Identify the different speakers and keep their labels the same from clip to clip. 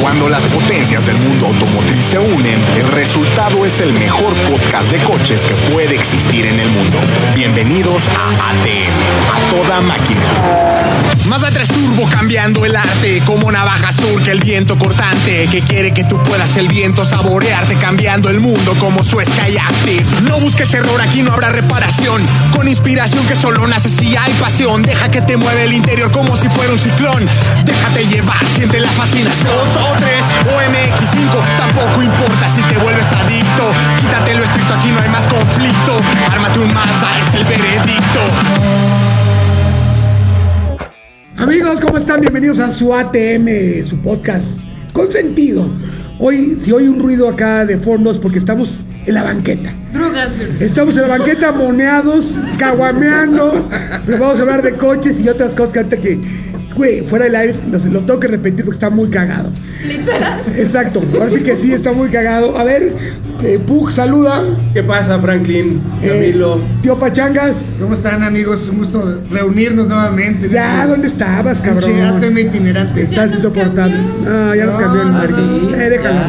Speaker 1: Cuando las potencias del mundo automotriz se unen, el resultado es el mejor podcast de coches que puede existir en el mundo. Bienvenidos a ATM, a toda máquina. Mazda 3 Turbo cambiando el arte, como navaja surge el viento cortante, que quiere que tú puedas el viento saborearte, cambiando el mundo como su Sky Active. No busques error, aquí no habrá reparación, con inspiración que solo nace si hay pasión. Deja que te mueva el interior como si fuera un ciclón, déjate llevar, siente la fascinación. 2 o 3 o MX5, tampoco importa si te vuelves adicto, quítate lo estricto, aquí no hay más conflicto, ármate un Mazda, es el veredicto.
Speaker 2: Amigos, ¿cómo están? Bienvenidos a su ATM, su podcast con sentido. Hoy, si oye un ruido acá de fondo es porque estamos en la banqueta.
Speaker 3: Drogas.
Speaker 2: Estamos en la banqueta moneados, caguameando, pero vamos a hablar de coches y otras cosas que ahorita que, güey, fuera del aire los- lo tengo que repetir porque está muy cagado.
Speaker 3: Literal.
Speaker 2: Exacto, ahora sí que sí, está muy cagado. A ver, eh, Pug, saluda.
Speaker 4: ¿Qué pasa, Franklin?
Speaker 2: Eh,
Speaker 4: Camilo.
Speaker 2: tío Pachangas,
Speaker 5: ¿Cómo están amigos? Un gusto reunirnos nuevamente.
Speaker 2: ya, ¿dónde estabas, cabrón?
Speaker 5: Pinche ATM itinerante.
Speaker 2: Estás
Speaker 3: Ya nos
Speaker 2: insoportable.
Speaker 3: cambió.
Speaker 2: No, ya nos cambió el
Speaker 5: Ah,
Speaker 2: marido.
Speaker 5: sí.
Speaker 2: Eh, déjalo.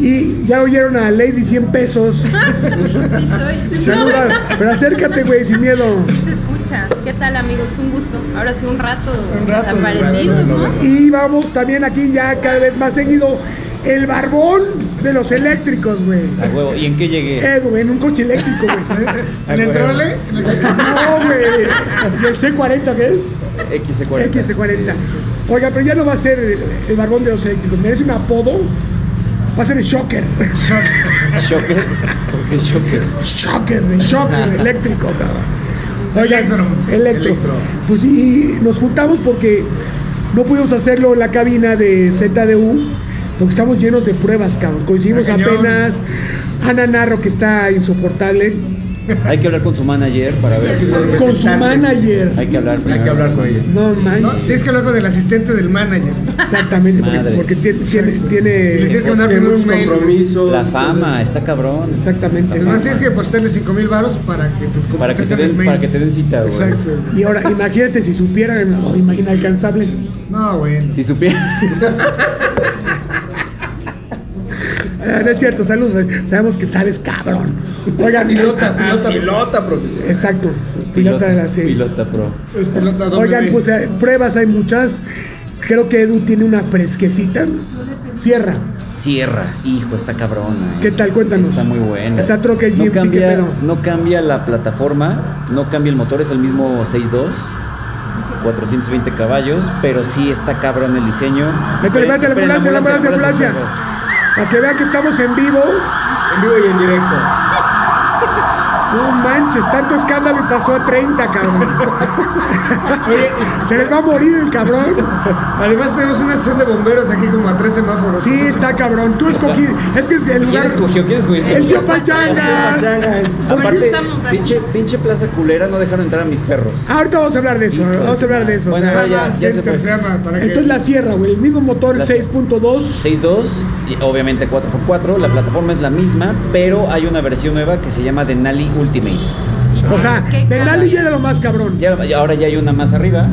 Speaker 2: Y ya oyeron a Lady 100 pesos.
Speaker 3: Sí soy. Sí soy.
Speaker 2: Saluda, pero acércate, güey, sin miedo.
Speaker 3: Sí se escucha. ¿Qué tal, amigos? Un gusto. Ahora sí, un rato,
Speaker 5: Un rato,
Speaker 3: desaparecidos,
Speaker 5: un
Speaker 3: ¿no?
Speaker 5: rato.
Speaker 2: Y vamos también aquí ya cada vez más seguido el barbón de los eléctricos, güey.
Speaker 6: A huevo, ¿y en qué llegué?
Speaker 2: Eh, güey, en un coche eléctrico, güey.
Speaker 5: ¿En el trole?
Speaker 2: No, güey. ¿Y el C40 qué es?
Speaker 6: XC40.
Speaker 2: XC40. Oiga, pero ya no va a ser el, el barbón de los eléctricos. Merece un apodo. Va a ser el Shocker.
Speaker 6: Shocker. ¿Por qué Shocker?
Speaker 2: Shocker, güey, shocker eléctrico, cabrón. Oigan,
Speaker 5: Electro.
Speaker 2: electro.
Speaker 5: Electro.
Speaker 2: Pues sí, nos juntamos porque no pudimos hacerlo en la cabina de ZDU, porque estamos llenos de pruebas, cabrón. Coincidimos
Speaker 5: Está cañón.
Speaker 2: apenas. Ana Narro, que está insoportable,
Speaker 6: Hay que hablar con su manager para ver si...
Speaker 2: con su manager.
Speaker 6: Hay que hablar
Speaker 4: Hay que
Speaker 6: primero.
Speaker 4: hablar con ella.
Speaker 2: No
Speaker 5: No,
Speaker 2: manches.
Speaker 5: si es que hablar con el asistente del manager.
Speaker 2: Exactamente, porque,
Speaker 6: Madres.
Speaker 2: porque tiene, tiene-
Speaker 5: Le
Speaker 2: tiene-
Speaker 5: tienes que mandar primero un mail.
Speaker 4: compromisos.
Speaker 6: La fama, está cabrón.
Speaker 2: Exactamente.
Speaker 6: La
Speaker 5: Además,
Speaker 6: fama.
Speaker 5: tienes que depositarle 5 mil baros para que te
Speaker 6: Para que, te
Speaker 5: contesten el
Speaker 6: den,
Speaker 5: mail.
Speaker 6: para que te den cita, güey.
Speaker 5: Exacto.
Speaker 2: Y ahora, imagínate si supieran, oh, imagina alcanzable.
Speaker 5: No, bueno.
Speaker 6: Si supiera...
Speaker 2: Ah, no es cierto, saludos. Sabemos que sabes, cabrón. Oigan,
Speaker 5: Pilota,
Speaker 2: esta-
Speaker 5: pilota,
Speaker 4: Pilota profesional.
Speaker 2: Exacto, pilota de la serie.
Speaker 6: Pilota pro.
Speaker 5: Es pilota doble
Speaker 2: Oigan,
Speaker 5: B.
Speaker 2: pues eh, pruebas hay muchas. Creo que Edu tiene una fresquecita. Sierra.
Speaker 6: Sierra, hijo, está cabrona. eh.
Speaker 2: ¿Qué tal? Cuéntanos.
Speaker 6: Está muy buena.
Speaker 2: Esa troca GMC, ¿qué
Speaker 6: no cambia,
Speaker 2: pedo?
Speaker 6: no cambia la plataforma, no cambia el motor, es el mismo 6.2, 420 caballos, pero sí está cabrón el diseño.
Speaker 2: Métele, métele,
Speaker 6: Esperen,
Speaker 2: ambulancia, la ambulancia, ambulancia. Para que vean que estamos en vivo.
Speaker 4: En vivo y en directo.
Speaker 2: No manches, tanto escándalo y pasó a 30, cabrón.
Speaker 5: Oye,
Speaker 2: Se les va a morir el cabrón.
Speaker 5: además tenemos una sesión de bomberos aquí como a tres semáforos.
Speaker 2: Sí, está cabrón. Tú escogí. Es que es el
Speaker 6: ¿Quién
Speaker 2: lugar.
Speaker 6: escogió? ¿Quién escogió? este
Speaker 2: El tío Pachangas. ¿Por
Speaker 6: Aparte,
Speaker 2: qué?
Speaker 3: estamos así.
Speaker 6: pinche, pinche plaza culera, no dejaron entrar a mis perros.
Speaker 2: Ah, Ahorita vamos a hablar de eso. Vamos a hablar de eso. o
Speaker 6: Bueno,
Speaker 2: sea.
Speaker 6: ya, ya
Speaker 5: se
Speaker 6: se fue.
Speaker 5: llama para que...
Speaker 2: Entonces la sierra, güey. El mismo motor
Speaker 6: La-
Speaker 2: 6.2.
Speaker 6: 6.2 y obviamente 4x4, la plataforma es la misma, pero hay una versión nueva que se llama Denali Ultimate.
Speaker 2: O sea,
Speaker 3: Qué
Speaker 2: Denali ya era lo más cabrón.
Speaker 6: Ya- ya- ahora ya hay una más arriba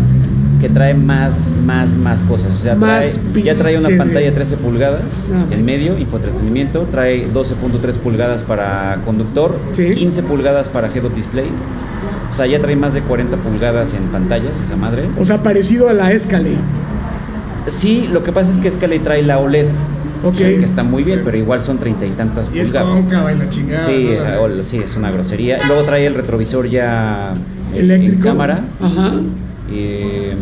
Speaker 6: que trae más, más, más cosas. O sea,
Speaker 2: Más
Speaker 6: trae- ya trae una
Speaker 2: pinche de-
Speaker 6: pantalla 13 pulgadas
Speaker 2: No manches.
Speaker 6: en medio, infoentretenimiento. Trae 12.3 pulgadas para conductor,
Speaker 2: Sí.
Speaker 6: 15 pulgadas para head-up display. O sea, ya trae más de 40 pulgadas en pantallas, esa madre.
Speaker 2: O sea, parecido a la Escalade.
Speaker 6: Sí, lo que pasa es que Escalade trae la OLED,
Speaker 2: Ok.
Speaker 6: que está muy bien, pero igual son treinta y tantas
Speaker 5: Y es
Speaker 6: pulgadas.
Speaker 5: cóncava y la chingada.
Speaker 6: Sí,
Speaker 5: ¿no?
Speaker 6: eh, ol- sí, es una grosería. Luego trae el retrovisor ya en-
Speaker 2: Eléctrico.
Speaker 6: en cámara.
Speaker 2: Ajá.
Speaker 6: Eh,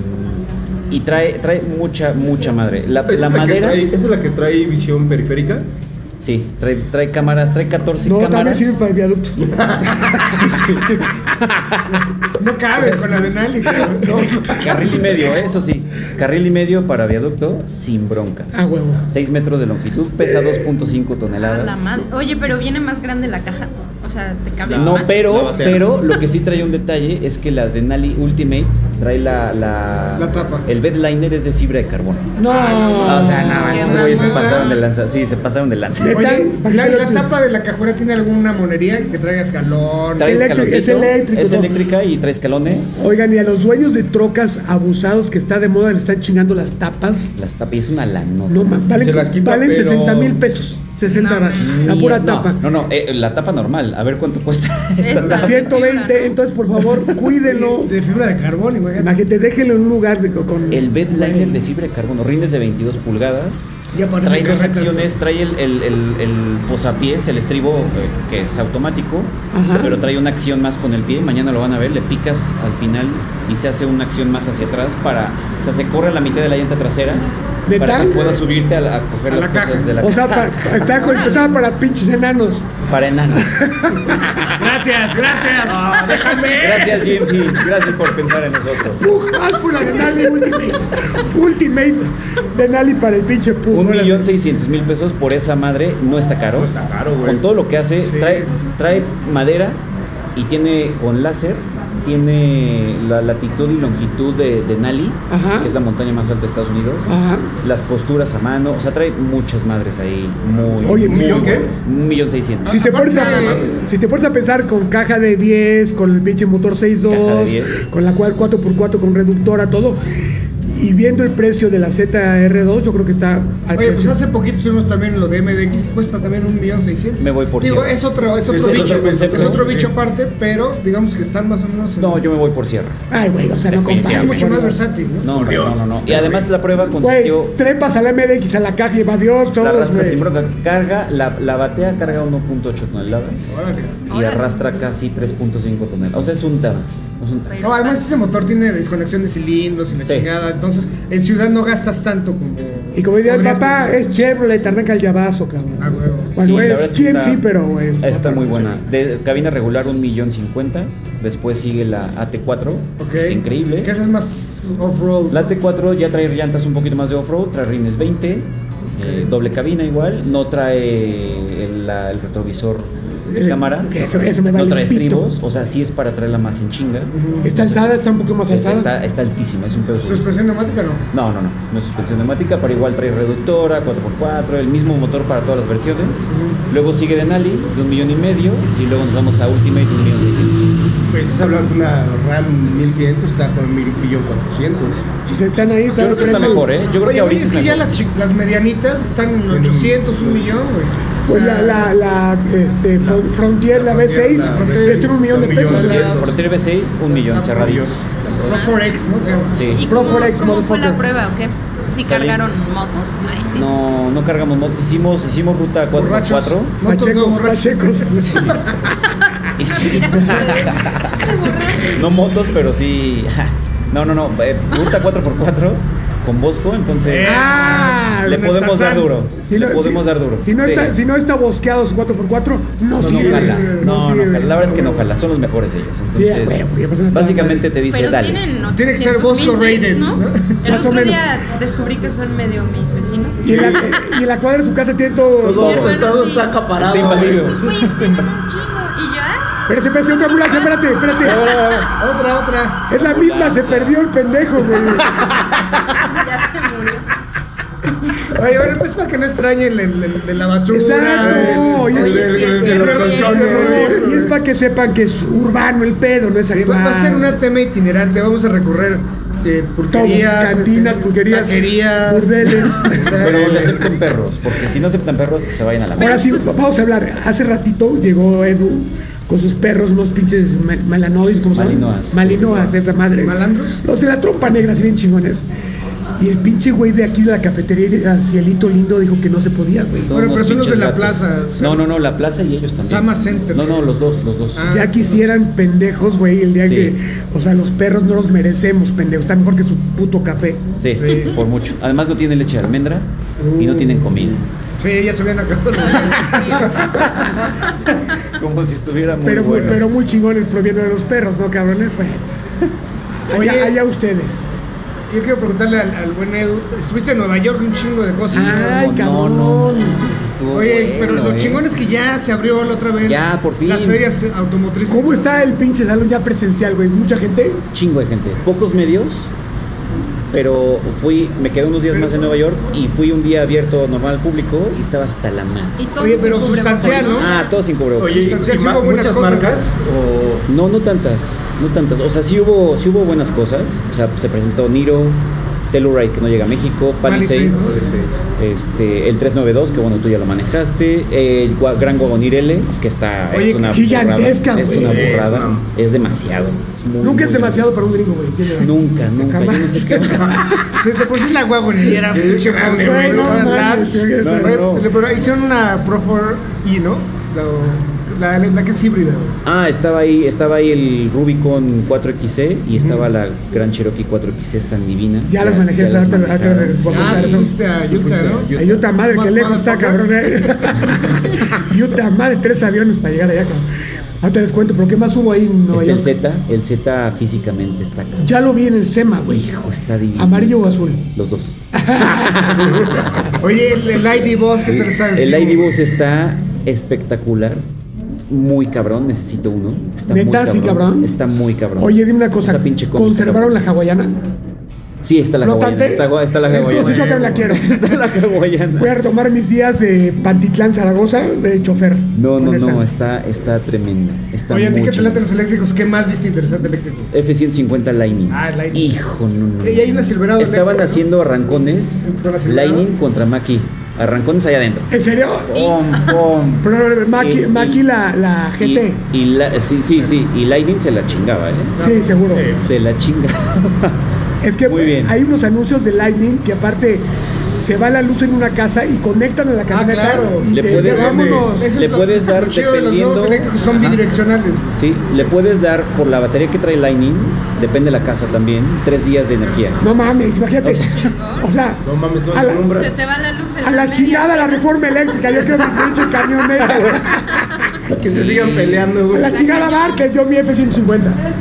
Speaker 6: y trae, trae mucha, mucha madre. La,
Speaker 4: ¿Esa es
Speaker 6: la
Speaker 4: que
Speaker 6: madera.
Speaker 4: trae- ¿Esa es la que trae visión periférica?
Speaker 6: Sí, trae, trae cámaras, trae 14
Speaker 2: No, también
Speaker 6: cámaras.
Speaker 2: sirve para el viaducto.
Speaker 5: No cabes con la denali. cabrón.
Speaker 6: Carril y medio, eh, eso sí. Carril y medio para viaducto sin broncas.
Speaker 2: Ah, huevo.
Speaker 6: 6 metros de longitud, pesa 2.5
Speaker 3: A Ah, la
Speaker 6: toneladas.
Speaker 3: madre. Oye, pero viene más grande la caja. O sea, te cambia
Speaker 6: No,
Speaker 3: más.
Speaker 4: La
Speaker 6: pero,
Speaker 4: batea.
Speaker 6: pero lo que sí trae un detalle es que la Denali Ultimate trae la. La,
Speaker 5: La tapa.
Speaker 6: El bedliner es de fibra de carbono.
Speaker 2: Ah, No.
Speaker 6: o sea, no,
Speaker 3: Ah, qué
Speaker 6: estos güeyes se
Speaker 5: mamada.
Speaker 6: pasaron de lanza. Sí, se pasaron de lanza.
Speaker 2: ¿Qué tal?
Speaker 5: Oye,
Speaker 2: ¿Para qué
Speaker 5: ¿la,
Speaker 2: te lo
Speaker 5: la
Speaker 2: tiras?
Speaker 5: tapa de la cajuela tiene alguna monería que traiga escalón?
Speaker 6: Trae
Speaker 2: Eléctrico, es
Speaker 6: escaloncito,
Speaker 2: eléctrico,
Speaker 6: es
Speaker 2: ¿no?
Speaker 6: eléctrica y trae escalones.
Speaker 2: Oigan, y a los dueños de trocas abusados que está de moda dólares están chingando las tapas.
Speaker 6: Las tapas, y es una lanota.
Speaker 2: No, man, valen,
Speaker 4: Se las quita,
Speaker 2: valen
Speaker 4: pero-
Speaker 2: 60 mil pesos. 60
Speaker 3: No,
Speaker 2: ba- la
Speaker 6: Ni-
Speaker 2: pura
Speaker 6: no,
Speaker 2: tapa.
Speaker 6: No, no, eh, la tapa normal. A ver cuánto cuesta esta
Speaker 3: Esta.
Speaker 6: tapa.
Speaker 2: 120, entonces por favor, cuídenlo.
Speaker 5: De fibra de carbón, imagínate.
Speaker 2: Imagínate, déjenlo en un lugar de- con.
Speaker 6: El bedliner de fibra de carbono, rines de 22 pulgadas.
Speaker 5: Ya parece
Speaker 6: Trae dos
Speaker 5: carretas,
Speaker 6: acciones, trae el, el, el- el posapiés, el estribo eh, que es automático,
Speaker 2: Ajá.
Speaker 6: pero trae una acción más con el pie. Mañana lo van a ver, le picas al final y se hace una acción más hacia atrás para. O sea, se corre la mitad de la llanta trasera para
Speaker 2: ¿Metal?
Speaker 6: que puedas subirte a, la- a coger
Speaker 5: A
Speaker 6: las
Speaker 5: la
Speaker 6: cosas
Speaker 5: caja.
Speaker 6: de la
Speaker 2: O sea,
Speaker 6: caja.
Speaker 2: pa- pa- está con- empezaba para pinches enanos.
Speaker 6: para enanos.
Speaker 5: Gracias, gracias.
Speaker 6: Ah,
Speaker 5: déjame.
Speaker 6: Gracias, Jimsy. Gracias por pensar en nosotros.
Speaker 2: Pug, más por la de Nali Ultimate. Ultimate de Nali para el pinche Pug.
Speaker 6: Un
Speaker 2: órale.
Speaker 6: millón seiscientos mil pesos por esa madre no está caro.
Speaker 4: No está caro, güey.
Speaker 6: Con todo lo que hace,
Speaker 4: Sí.
Speaker 6: trae, trae madera y tiene con láser, tiene la latitud y longitud de, de Nali,
Speaker 2: Ajá.
Speaker 6: que es la montaña más alta de Estados Unidos.
Speaker 2: Ajá.
Speaker 6: Las costuras a mano, o sea, trae muchas madres ahí. Muy,
Speaker 2: Oye,
Speaker 6: muy
Speaker 2: ¿millón
Speaker 6: buenas.
Speaker 4: qué?
Speaker 6: Un millón seiscientos.
Speaker 2: Si te, pones a,
Speaker 5: Aparte-
Speaker 2: si te pones a pensar con caja de 10, con el pinche motor
Speaker 6: Caja de
Speaker 2: 6.2,
Speaker 6: 10.
Speaker 2: con la cual 4x4, con reductora, todo, y viendo el precio de la ZR2, yo creo que está al
Speaker 5: Oye, pues
Speaker 2: precio.
Speaker 5: hace poquito subimos también lo de MDX, cuesta también un millón seiscientos.
Speaker 6: Me voy por
Speaker 5: Digo,
Speaker 6: cien.
Speaker 5: es otro, es
Speaker 4: Es
Speaker 5: otro
Speaker 4: otro
Speaker 5: bicho,
Speaker 4: concepto,
Speaker 5: es otro
Speaker 4: ¿no?
Speaker 5: bicho
Speaker 4: Sí.
Speaker 5: aparte, pero digamos que están más o menos. en-
Speaker 6: No, yo me voy por sierra.
Speaker 2: Ay, güey, o sea, no compares.
Speaker 5: es mucho más
Speaker 2: güey.
Speaker 5: versátil, ¿no?
Speaker 6: No,
Speaker 4: Por
Speaker 6: no,
Speaker 4: Dios.
Speaker 6: no, no. Y además la prueba consistió.
Speaker 2: Güey, trepas a la MDX a la caja y va Dios,
Speaker 6: La
Speaker 2: todos,
Speaker 6: arrastra
Speaker 2: güey.
Speaker 6: sin bronca. Carga, la, la batea carga 1.8 toneladas.
Speaker 5: Órale.
Speaker 6: y arrastra casi 3.5 toneladas. O sea, es un tama. Es un tama.
Speaker 5: No, además ese motor tiene desconexión de cilindros y la
Speaker 6: Sí.
Speaker 5: chingada, entonces en ciudad no gastas tanto como...
Speaker 2: Y como diría el
Speaker 5: podrías
Speaker 2: papá,
Speaker 5: pensar.
Speaker 2: es Chevrolet, arranca el llavazo, cabrón.
Speaker 5: Ah, huevo.
Speaker 2: Bueno,
Speaker 6: Sí, la
Speaker 2: es
Speaker 6: verdad que
Speaker 2: GMC,
Speaker 6: está-
Speaker 2: pero es.
Speaker 6: Está muy buena. De cabina regular 1.050.000. Después sigue la AT4.
Speaker 5: Ok.
Speaker 6: que Está
Speaker 2: ¿eh?
Speaker 6: increíble.
Speaker 5: Que esa es más off-road.
Speaker 6: La T4 ya trae llantas un poquito más de off-road, trae rines 20, eh, doble cabina igual, no trae el, la- el retrovisor de
Speaker 2: El-
Speaker 6: cámara,
Speaker 2: Eh, eso- eso me vale
Speaker 6: no trae
Speaker 2: pito.
Speaker 6: estribos, o sea, sí es para traerla más en chinga.
Speaker 2: Está alzada, está un poco más
Speaker 6: Está,
Speaker 2: alzada.
Speaker 6: está- está altísima, es un pedo subir.
Speaker 5: ¿Suspensión neumática no?
Speaker 6: No, no, no, no es suspensión neumática, pero igual trae reductora, 4x4, el mismo motor para todas las versiones. Luego sigue Denali de un millón y medio y luego nos vamos a Ultimate de un millón seiscientos.
Speaker 4: Pues estás hablando de una RAM 1500, está con 1400.
Speaker 2: Pues están ahí,
Speaker 6: Yo creo que está
Speaker 2: Eso-
Speaker 6: mejor, ¿eh? Yo creo
Speaker 5: Oye,
Speaker 6: que
Speaker 5: oye,
Speaker 6: ahorita
Speaker 5: es
Speaker 6: está
Speaker 5: que ya
Speaker 6: mejor.
Speaker 5: las, chi- las medianitas están en
Speaker 4: un-
Speaker 5: 800, un millón, güey. O
Speaker 2: Pues la,
Speaker 5: sea,
Speaker 2: la, la, este, Fron- Frontier, la B6,
Speaker 4: la B6,
Speaker 2: está en este un millón de
Speaker 4: un
Speaker 2: pesos.
Speaker 4: millón de
Speaker 2: la-
Speaker 4: pesos.
Speaker 6: Frontier V6, un millón cerradillos.
Speaker 5: la Forex, ¿no? O sea,
Speaker 3: ¿Y
Speaker 6: Sí.
Speaker 2: Pro
Speaker 3: cómo,
Speaker 2: Forex,
Speaker 3: cómo fue la
Speaker 2: motherfucker.
Speaker 3: prueba o qué? ¿Sí
Speaker 6: Salí.
Speaker 3: cargaron motos? Ay, sí.
Speaker 6: No, no cargamos motos, hicimos, hicimos ruta 4x4.
Speaker 5: borrachos. Motos no,
Speaker 2: Pachecos,
Speaker 5: borrachos.
Speaker 2: pachecos.
Speaker 5: Ah,
Speaker 6: Y sí. no motos, pero sí. No, no, no, eh, ruta 4x4 con Bosco, entonces
Speaker 5: Eh.
Speaker 2: Ah,
Speaker 6: le
Speaker 2: un
Speaker 6: podemos dar
Speaker 2: Tarzán.
Speaker 6: duro.
Speaker 2: Si
Speaker 6: le
Speaker 2: no-
Speaker 6: podemos
Speaker 2: si-
Speaker 6: dar duro.
Speaker 2: Si no,
Speaker 6: Sí.
Speaker 2: está, si no está bosqueado su 4x4, no,
Speaker 6: No, no
Speaker 2: sirve.
Speaker 6: jala. No, no
Speaker 2: sirve.
Speaker 6: jala. La verdad es que no jala. Son los mejores ellos.
Speaker 2: Sí,
Speaker 6: Entonces,
Speaker 2: güey, güey, pues, no está
Speaker 6: básicamente
Speaker 2: mal.
Speaker 6: te dice,
Speaker 3: Pero
Speaker 6: dale.
Speaker 3: tienen
Speaker 5: Tiene que ser
Speaker 3: 800,000
Speaker 5: Bosco
Speaker 3: views,
Speaker 5: Raiden,
Speaker 3: ¿no?
Speaker 5: ¿no?
Speaker 3: El
Speaker 2: Más o
Speaker 3: otro
Speaker 2: menos.
Speaker 3: día descubrí que son medio mis vecinos.
Speaker 2: Y en, la, y en la cuadra de su casa tiene todo.
Speaker 3: Mi hermano
Speaker 7: estado
Speaker 3: sí.
Speaker 7: está acaparado.
Speaker 6: Está invadido.
Speaker 3: Estos güeyes tienen un chingo. Y yo, ah,
Speaker 2: Pero se perdió otra ambulancia, espérate, espérate.
Speaker 5: Otra, otra.
Speaker 2: Es la misma, se perdió el pendejo, güey.
Speaker 3: ya se murió.
Speaker 5: Oye, bueno, pues para que no extrañen el, el- de la basura.
Speaker 2: Exacto.
Speaker 5: el-
Speaker 2: Y es-
Speaker 5: el- el- el- el- los colchones.
Speaker 2: Y es para que sepan que es urbano el pedo, no es
Speaker 5: Sí, va-
Speaker 2: actual.
Speaker 5: Va a ser un tema itinerante, vamos a recorrer eh, pulquerías, este,
Speaker 2: Todo, cantinas, pulquerías,
Speaker 5: taquerías.
Speaker 2: burdeles.
Speaker 6: Pero donde acepten perros. Porque si no aceptan perros, que se vayan a la
Speaker 2: Ahora sí, vamos a hablar. Hace ratito llegó Edu con sus perros, unos pinches mal- malanois, ¿cómo se llaman?
Speaker 6: Malinoas.
Speaker 2: Malinoas, esa madre.
Speaker 5: ¿Malandros?
Speaker 2: Los de la trompa negra, así bien chingones. Y el pinche güey de aquí de la cafetería, Cielito Lindo, dijo que no se podía, güey.
Speaker 6: Son
Speaker 5: Bueno,
Speaker 6: unos
Speaker 5: pero son los de
Speaker 6: pinches
Speaker 5: la
Speaker 6: gatos.
Speaker 5: plaza, o sea,
Speaker 6: no, no, no, la plaza y ellos también.
Speaker 5: Sama Center.
Speaker 6: No, no, los dos, los dos.
Speaker 5: Ah.
Speaker 2: Ya quisieran pendejos, güey, el día
Speaker 6: Sí.
Speaker 2: que. O sea, los perros no los merecemos, pendejos. Está mejor que su puto café.
Speaker 6: Sí, por mucho. Además no tienen leche de almendra y
Speaker 5: Uh.
Speaker 6: no tienen comida.
Speaker 5: Sí, ya se habían acabado.
Speaker 6: Como si estuviera muy
Speaker 2: pero, muy,
Speaker 6: bueno.
Speaker 2: pero muy chingones proviendo de los perros, ¿no, cabrones? Bueno.
Speaker 5: Oye.
Speaker 2: Allá, allá ustedes.
Speaker 5: Yo quiero preguntarle al, al buen Edu, estuviste en Nueva York un chingo de cosas.
Speaker 2: Ay,
Speaker 6: no, no,
Speaker 2: cabrón.
Speaker 6: no, eso estuvo
Speaker 5: Oye, pero
Speaker 6: Ah, bueno,
Speaker 5: lo
Speaker 6: eh.
Speaker 5: chingón es que ya se abrió la otra vez.
Speaker 6: Ya, por fin.
Speaker 5: Las ferias automotrices.
Speaker 2: ¿Cómo está el pinche salón ya presencial, güey? ¿Mucha gente?
Speaker 6: chingo de gente, pocos medios, pero fui, me quedé unos días más en Nueva York y fui un día abierto normal al público y estaba hasta la madre.
Speaker 3: Y todos
Speaker 5: Oye, pero
Speaker 3: sin cubrebocas,
Speaker 5: sustancial, ¿no?
Speaker 6: Ah, todos sin cubrebocas.
Speaker 4: Oye,
Speaker 5: Sustancial,
Speaker 4: ¿y
Speaker 5: sí
Speaker 4: ma-
Speaker 5: hubo buenas
Speaker 4: muchas
Speaker 5: cosas.
Speaker 4: marcas o
Speaker 6: No, no tantas, no tantas. O sea, sí hubo, sí hubo buenas cosas. O sea, se presentó Niro, Telluride que no llega a México,
Speaker 5: Palisade,
Speaker 6: Palisade,
Speaker 5: ¿no?
Speaker 6: este, el 392 que bueno, tú ya lo manejaste, el gua- Gran Wagonir L que está
Speaker 2: Oye,
Speaker 6: es una
Speaker 2: gigantesca,
Speaker 6: burrada, es
Speaker 2: güey.
Speaker 6: una
Speaker 2: Sí,
Speaker 6: burrada,
Speaker 4: no.
Speaker 6: es demasiado. es muy,
Speaker 2: Nunca
Speaker 6: muy
Speaker 2: es demasiado para un gringo, güey.
Speaker 6: grande.
Speaker 2: entiéndeme.
Speaker 6: Nunca, nunca. Yo no sé qué-
Speaker 5: Se te pusiste la guagonillera, pinche
Speaker 4: grande,
Speaker 5: monstruo,
Speaker 2: güey,
Speaker 5: ¿no?
Speaker 2: no mames,
Speaker 5: Andar.
Speaker 2: oye,
Speaker 6: No,
Speaker 5: Oye,
Speaker 6: no, no.
Speaker 5: pero- Pero hicieron una Pro 4i, ¿no? La- La, la que es híbrida. güey.
Speaker 6: Ah, estaba ahí, estaba ahí el Rubicon 4XE e y estaba la Gran Cherokee 4XE tan divina.
Speaker 2: Ya las manejé,
Speaker 6: ya las
Speaker 2: ahorita- ahorita
Speaker 6: manejaron.
Speaker 2: regreso. Voy a
Speaker 5: Ah,
Speaker 2: contar
Speaker 5: sí,
Speaker 2: eso.
Speaker 5: fuiste a Utah, ¿no?
Speaker 2: Ay, Utah madre, qué lejos está, cabrón. eh. Utah madre, tres aviones para llegar allá, cabrón. Ahorita les cuento, pero ¿qué más hubo ahí en Nueva
Speaker 6: Está el
Speaker 2: York?
Speaker 6: Z, el Z físicamente está acá.
Speaker 2: Ya lo vi en el SEMA, güey.
Speaker 6: Hijo, está divino.
Speaker 2: ¿Amarillo o azul? Ah,
Speaker 6: Los dos.
Speaker 5: Oye, el, el ID Boss, ¿qué tal está?
Speaker 6: El ID Bus está espectacular. Muy cabrón, necesito uno. Está
Speaker 2: ¿Neta,
Speaker 6: muy
Speaker 2: sí, cabrón?
Speaker 6: Está muy cabrón.
Speaker 2: Oye, dime una cosa.
Speaker 6: Esa pinche combi está
Speaker 2: ¿Conservaron la
Speaker 6: cabrón.
Speaker 2: hawaiana?
Speaker 6: Sí, está la hawaiana.
Speaker 2: tanté?
Speaker 6: Está, gua- está la hawaiana.
Speaker 2: Entonces yo también la quiero.
Speaker 6: Está la hawaiana.
Speaker 2: Voy a retomar mis días de Pantitlán, Zaragoza, de chofer.
Speaker 6: No,
Speaker 2: Con
Speaker 6: no,
Speaker 2: esa.
Speaker 6: no, está, está tremenda. Está
Speaker 5: Oye, ¿a ti
Speaker 6: muy
Speaker 5: qué te
Speaker 6: chingona.
Speaker 5: laten los eléctricos? ¿Qué más viste interesante eléctrico?
Speaker 6: Pues, F-150 Lightning.
Speaker 5: Ah, Lightning.
Speaker 6: Hijo, no, no, no.
Speaker 5: Y hay una Silverado
Speaker 6: Estaban
Speaker 5: eléctrica, ¿no?
Speaker 6: haciendo arrancones
Speaker 5: ¿Con la Silverado?
Speaker 6: Lightning contra Maki. Arrancones allá adentro.
Speaker 2: ¿En serio?
Speaker 6: Pom, pom.
Speaker 2: Pero Maki,
Speaker 6: Y- y-
Speaker 2: Maki la,
Speaker 5: Ah,
Speaker 2: la
Speaker 6: Y-
Speaker 2: GT.
Speaker 6: Y, la- sí, sí, sí. Y Lightning se la chingaba, ¿eh?
Speaker 2: sí, seguro.
Speaker 6: Se la chingaba.
Speaker 2: Es que
Speaker 6: Muy bien.
Speaker 2: hay unos anuncios de Lightning que aparte se va la luz en una casa y conectan a la camioneta.
Speaker 5: claro.
Speaker 2: y
Speaker 6: Ah, Le
Speaker 2: te-
Speaker 6: puedes-
Speaker 2: vámonos.
Speaker 5: Ese es
Speaker 6: Le
Speaker 5: lo-
Speaker 6: puedes
Speaker 5: lo
Speaker 6: dar
Speaker 5: chido de Los
Speaker 6: dependiendo-
Speaker 5: nuevos eléctricos son
Speaker 6: Ajá.
Speaker 5: bidireccionales.
Speaker 6: sí, le puedes dar por la batería que trae Lightning, depende de la casa también, tres días de energía.
Speaker 2: No mames, imagínate. O sea,
Speaker 4: No mames, no
Speaker 2: a la,
Speaker 4: deslumbras.
Speaker 3: Se te va la luz en
Speaker 2: a la
Speaker 3: media
Speaker 2: chingada la
Speaker 3: zona.
Speaker 2: reforma eléctrica. Yo quiero mi pinche camioneta.
Speaker 4: Que se sigan peleando,
Speaker 2: A
Speaker 4: güey.
Speaker 2: la chingada Barclay, yo mi F-150.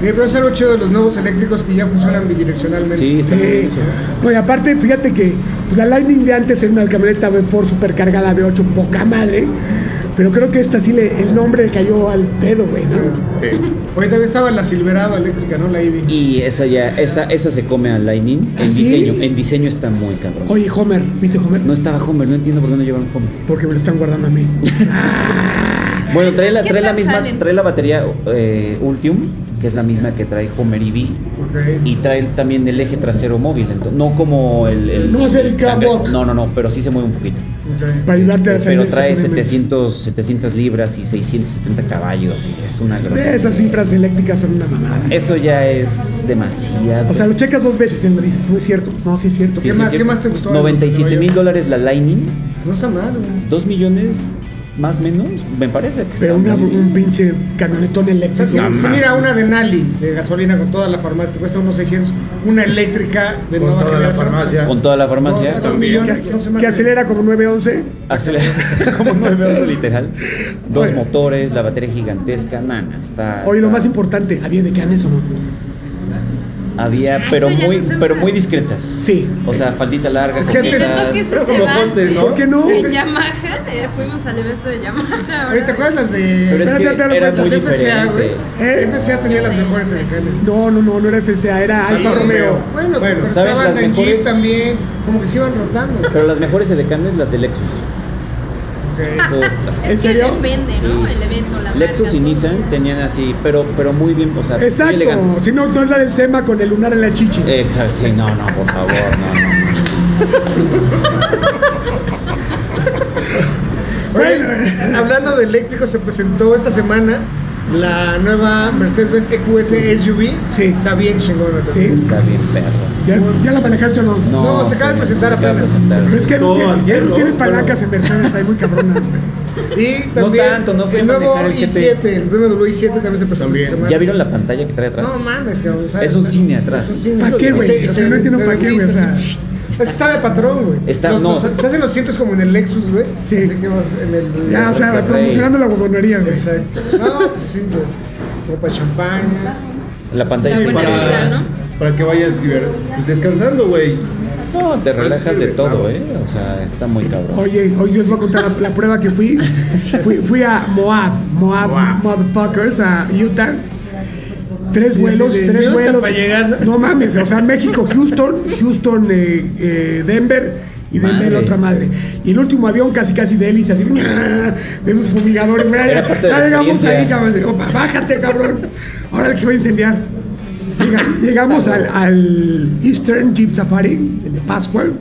Speaker 5: Oye, pero es algo chido de los nuevos eléctricos que ya funcionan bidireccionalmente.
Speaker 6: Sí, está muy bien
Speaker 2: Sí.
Speaker 6: eso.
Speaker 2: No, y aparte, fíjate que pues, la Lightning de antes era una camioneta V4 supercargada V8, poca madre. Pero creo que esta sí le, el nombre le cayó al pedo, güey, ¿no?
Speaker 5: Oye, también estaba la Silverado eléctrica, ¿no? La ID.
Speaker 6: Y esa ya, esa, esa se come a Lightning.
Speaker 2: ¿Ah,
Speaker 6: En
Speaker 2: sí?
Speaker 6: diseño, en diseño está muy cabrón.
Speaker 2: Oye, Homer, ¿viste Homer?
Speaker 6: No estaba Homer, no entiendo por qué no llevaron Homer.
Speaker 2: Porque me lo están guardando a mí.
Speaker 6: Bueno, trae la,
Speaker 3: ¿Qué
Speaker 6: trae la
Speaker 3: tal
Speaker 6: misma,
Speaker 3: salen?
Speaker 6: trae la batería eh, Ultium, que es la misma que trae Homer EV,
Speaker 5: Ok.
Speaker 6: y trae también el eje trasero móvil, ento- no como el... el-
Speaker 2: No es el
Speaker 6: tan
Speaker 2: catwalk.
Speaker 6: gran- No, no, no, pero sí se mueve un poquito.
Speaker 5: ok.
Speaker 2: Para ayudarte a
Speaker 6: Este, pero
Speaker 2: hacer
Speaker 6: trae
Speaker 2: esos elementos.
Speaker 6: 700, 700 libras y 670 caballos, y es una grosería.
Speaker 2: Esas cifras eléctricas son una mamada.
Speaker 6: Eso ya es demasiado.
Speaker 2: O sea, lo checas dos veces y me dices, no es cierto. No, sí es cierto.
Speaker 6: Sí,
Speaker 5: ¿qué
Speaker 6: sí,
Speaker 5: más-
Speaker 6: sí.
Speaker 5: qué más te gustó de
Speaker 6: 97 mil
Speaker 5: Nueva York?
Speaker 6: dólares la Lightning,
Speaker 5: No está mal, güey.
Speaker 6: 2 millones más menos, me parece que
Speaker 2: Pero
Speaker 6: está
Speaker 2: una-
Speaker 6: muy bien.
Speaker 2: un pinche camionetón
Speaker 5: O sea,
Speaker 2: eléctrico.
Speaker 5: si, si mira una de Nali, de gasolina con toda la farmacia, te cuesta unos 600. Una eléctrica de
Speaker 4: Con
Speaker 5: nueva
Speaker 4: toda la
Speaker 5: generación.
Speaker 4: farmacia.
Speaker 6: con toda la farmacia.
Speaker 5: No, dos millones, no se me
Speaker 2: que, que
Speaker 5: hace.
Speaker 2: acelera como 911.
Speaker 6: Acelera como nueve horas, literal. Dos motores, la batería gigantesca, nana, está.
Speaker 2: Oye, lo
Speaker 6: está-
Speaker 2: más importante, había de canes o no.
Speaker 6: Había,
Speaker 3: Ah,
Speaker 6: pero
Speaker 3: eso ya
Speaker 6: muy,
Speaker 3: no se
Speaker 6: pero
Speaker 3: usa.
Speaker 6: muy discretas.
Speaker 2: Sí.
Speaker 6: O sea, faldita larga,
Speaker 5: Es que antes-
Speaker 3: Pero
Speaker 6: coquetas.
Speaker 3: toques
Speaker 4: Pero
Speaker 3: se
Speaker 4: como
Speaker 3: van,
Speaker 4: hostes, ¿no?
Speaker 2: ¿Por qué no?
Speaker 3: En Yamaha, eh, fuimos al evento de Yamaha.
Speaker 5: Oye,
Speaker 3: ahora.
Speaker 5: ¿te acuerdas las
Speaker 6: Pero
Speaker 5: de
Speaker 6: es
Speaker 2: Espérate, espérate,
Speaker 6: que era
Speaker 2: espérate.
Speaker 6: muy
Speaker 5: las FCA, güey?
Speaker 6: diferente.
Speaker 2: ¿Eh?
Speaker 5: FCA tenía las mejores eléctricas.
Speaker 2: No, no, no, no era FCA, era Alfa
Speaker 4: Alfa
Speaker 2: Romeo.
Speaker 4: Romeo.
Speaker 5: Bueno,
Speaker 4: Bueno,
Speaker 5: pero
Speaker 6: ¿sabes
Speaker 5: estaban
Speaker 6: las
Speaker 5: en Jeep
Speaker 6: mejores?
Speaker 5: también, como que se iban rotando.
Speaker 6: Pero las mejores edecanes, las de Lexus.
Speaker 5: Ok.
Speaker 6: Puta.
Speaker 2: ¿En
Speaker 3: Es que
Speaker 2: serio?
Speaker 3: depende, ¿no?
Speaker 6: Sí.
Speaker 3: El evento, la
Speaker 6: Lexus
Speaker 3: marca,
Speaker 6: y
Speaker 3: todo.
Speaker 6: Nissan tenían así, pero, pero muy bien, o sea, muy
Speaker 2: Exacto.
Speaker 6: elegantes.
Speaker 2: Si no, no es la del SEMA con el lunar en la chichi.
Speaker 4: Eh.
Speaker 6: Exacto, sí, no, no, por favor, no, no. no.
Speaker 5: Oye,
Speaker 2: Bueno.
Speaker 5: hablando de eléctricos, se presentó esta semana la nueva Mercedes-Benz E EQS SUV.
Speaker 2: Sí.
Speaker 5: Está bien chingona. también.
Speaker 2: Sí.
Speaker 6: Está bien, perro.
Speaker 2: ¿Ya, ya la manejaste o no?
Speaker 5: No, se acaba de
Speaker 6: pero-
Speaker 5: presentar
Speaker 6: se acaba de
Speaker 5: apenas.
Speaker 6: presentar.
Speaker 2: Pero es que
Speaker 4: No,
Speaker 2: no, tiene-
Speaker 4: ayer,
Speaker 2: no
Speaker 4: ¿no?
Speaker 2: tiene palancas
Speaker 4: Pero-
Speaker 2: en Mercedes, hay muy cabronas. güey.
Speaker 5: Y también
Speaker 6: tanto, no fui
Speaker 5: el
Speaker 6: a
Speaker 5: nuevo
Speaker 6: manejar el
Speaker 5: i7, el BMW i7 también se presentó
Speaker 4: También.
Speaker 5: esta semana.
Speaker 6: ¿Ya vieron la pantalla que trae atrás?
Speaker 5: No mames, cabrón. o sea,
Speaker 6: Es un cine atrás.
Speaker 5: es un cine.
Speaker 2: ¿Para qué, güey?
Speaker 5: Y se- y
Speaker 2: O sea,
Speaker 5: se-
Speaker 2: no entiendo
Speaker 5: se
Speaker 2: para qué, güey, o
Speaker 5: desliza
Speaker 2: sea.
Speaker 5: así. Es que está de patrón, güey.
Speaker 6: Está-
Speaker 5: Los-
Speaker 6: no.
Speaker 5: los- se hacen los cientos como en el Lexus, güey.
Speaker 2: Sí.
Speaker 5: Así que vas en el.
Speaker 2: Ya, o sea,
Speaker 6: Rey.
Speaker 2: promocionando la huevonería, güey.
Speaker 5: Exacto. No, pues sí, güey. Ropa de champaña.
Speaker 6: La pantalla
Speaker 3: La
Speaker 6: está
Speaker 3: buena
Speaker 6: increíble.
Speaker 3: vida, ¿no?
Speaker 4: Para que vayas diver- pues, descansando, güey.
Speaker 6: No, te relajas de
Speaker 4: sirve,
Speaker 6: todo,
Speaker 4: claro.
Speaker 6: ¿eh? O sea, está muy cabrón.
Speaker 2: Oye, hoy yo les voy a contar la, la prueba que fui. fui. Fui a Moab, Moab, motherfuckers, a Utah. Tres vuelos,
Speaker 5: de
Speaker 2: tres
Speaker 5: Utah
Speaker 2: vuelos.
Speaker 5: pa' llegar.
Speaker 2: No mames, o sea, México, Houston, Houston, eh, eh, Denver y Denver
Speaker 6: Madres.
Speaker 2: otra madre. Y el último avión casi casi de hélice, así de esos fumigadores. Ya,
Speaker 6: Era parte de
Speaker 2: ya
Speaker 6: la
Speaker 2: llegamos ahí,
Speaker 6: experiencia.
Speaker 2: cabrón. Opa, Bájate, cabrón. Ahora el que se va a incendiar. Llega- Llegamos al, al Eastern Jeep Safari en Pascual,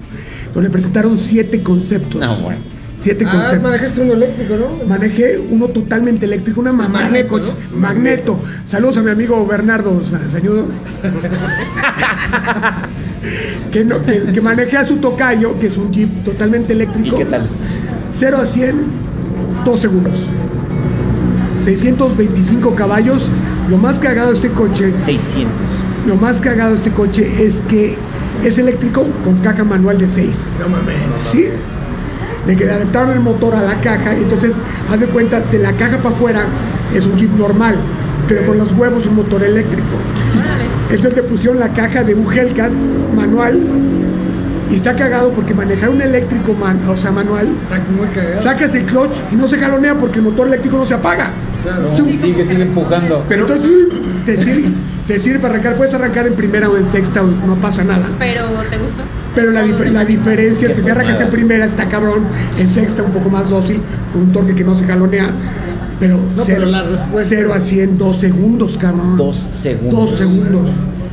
Speaker 2: donde presentaron siete conceptos.
Speaker 6: No, bueno.
Speaker 2: Siete
Speaker 5: Ah,
Speaker 2: conceptos.
Speaker 5: manejaste uno eléctrico, ¿no?
Speaker 2: Manejé uno totalmente eléctrico, una mamá de
Speaker 5: Magneto,
Speaker 2: coches.
Speaker 5: ¿no?
Speaker 2: Magneto. Saludos a mi amigo Bernardo Sa- Sañudo. que, no- que, que manejé a su tocayo, que es un jeep totalmente
Speaker 6: ¿Y
Speaker 2: eléctrico.
Speaker 6: qué tal?
Speaker 2: 0 a 100, 2 segundos. 625 caballos. Lo más cagado de este coche,
Speaker 6: 600.
Speaker 2: lo más cagado de este coche es que es eléctrico con caja manual de 6.
Speaker 5: No mames.
Speaker 2: ¿Sí? Le que- le adaptaron el motor a la caja, entonces haz de cuenta, de la caja para afuera es un jeep normal, pero con los huevos un motor eléctrico. Entonces le pusieron la caja de un Hellcat manual y está cagado porque manejar un eléctrico, man- o sea, manual,
Speaker 5: Está muy cagado.
Speaker 2: sacas el clutch y no se jalonea porque el motor eléctrico no se apaga.
Speaker 5: Claro.
Speaker 6: No,
Speaker 2: Sí,
Speaker 3: como
Speaker 6: sigue,
Speaker 3: que
Speaker 6: sigue
Speaker 3: respondes.
Speaker 6: empujando.
Speaker 2: Pero entonces te sirve, te sirve para arrancar, puedes arrancar en primera o en sexta, o no pasa nada.
Speaker 3: Pero ¿te gustó?
Speaker 2: Pero la, dif-
Speaker 3: Todo
Speaker 2: la
Speaker 3: de-
Speaker 2: diferencia es que si arrancas en primera está cabrón, en sexta un poco más dócil, con un torque que no se jalonea. Pero,
Speaker 5: No, pero la respuesta-
Speaker 2: 0 a 100, 2 segundos, cabrón.
Speaker 6: Dos
Speaker 2: 2
Speaker 6: segundos.
Speaker 2: segundos.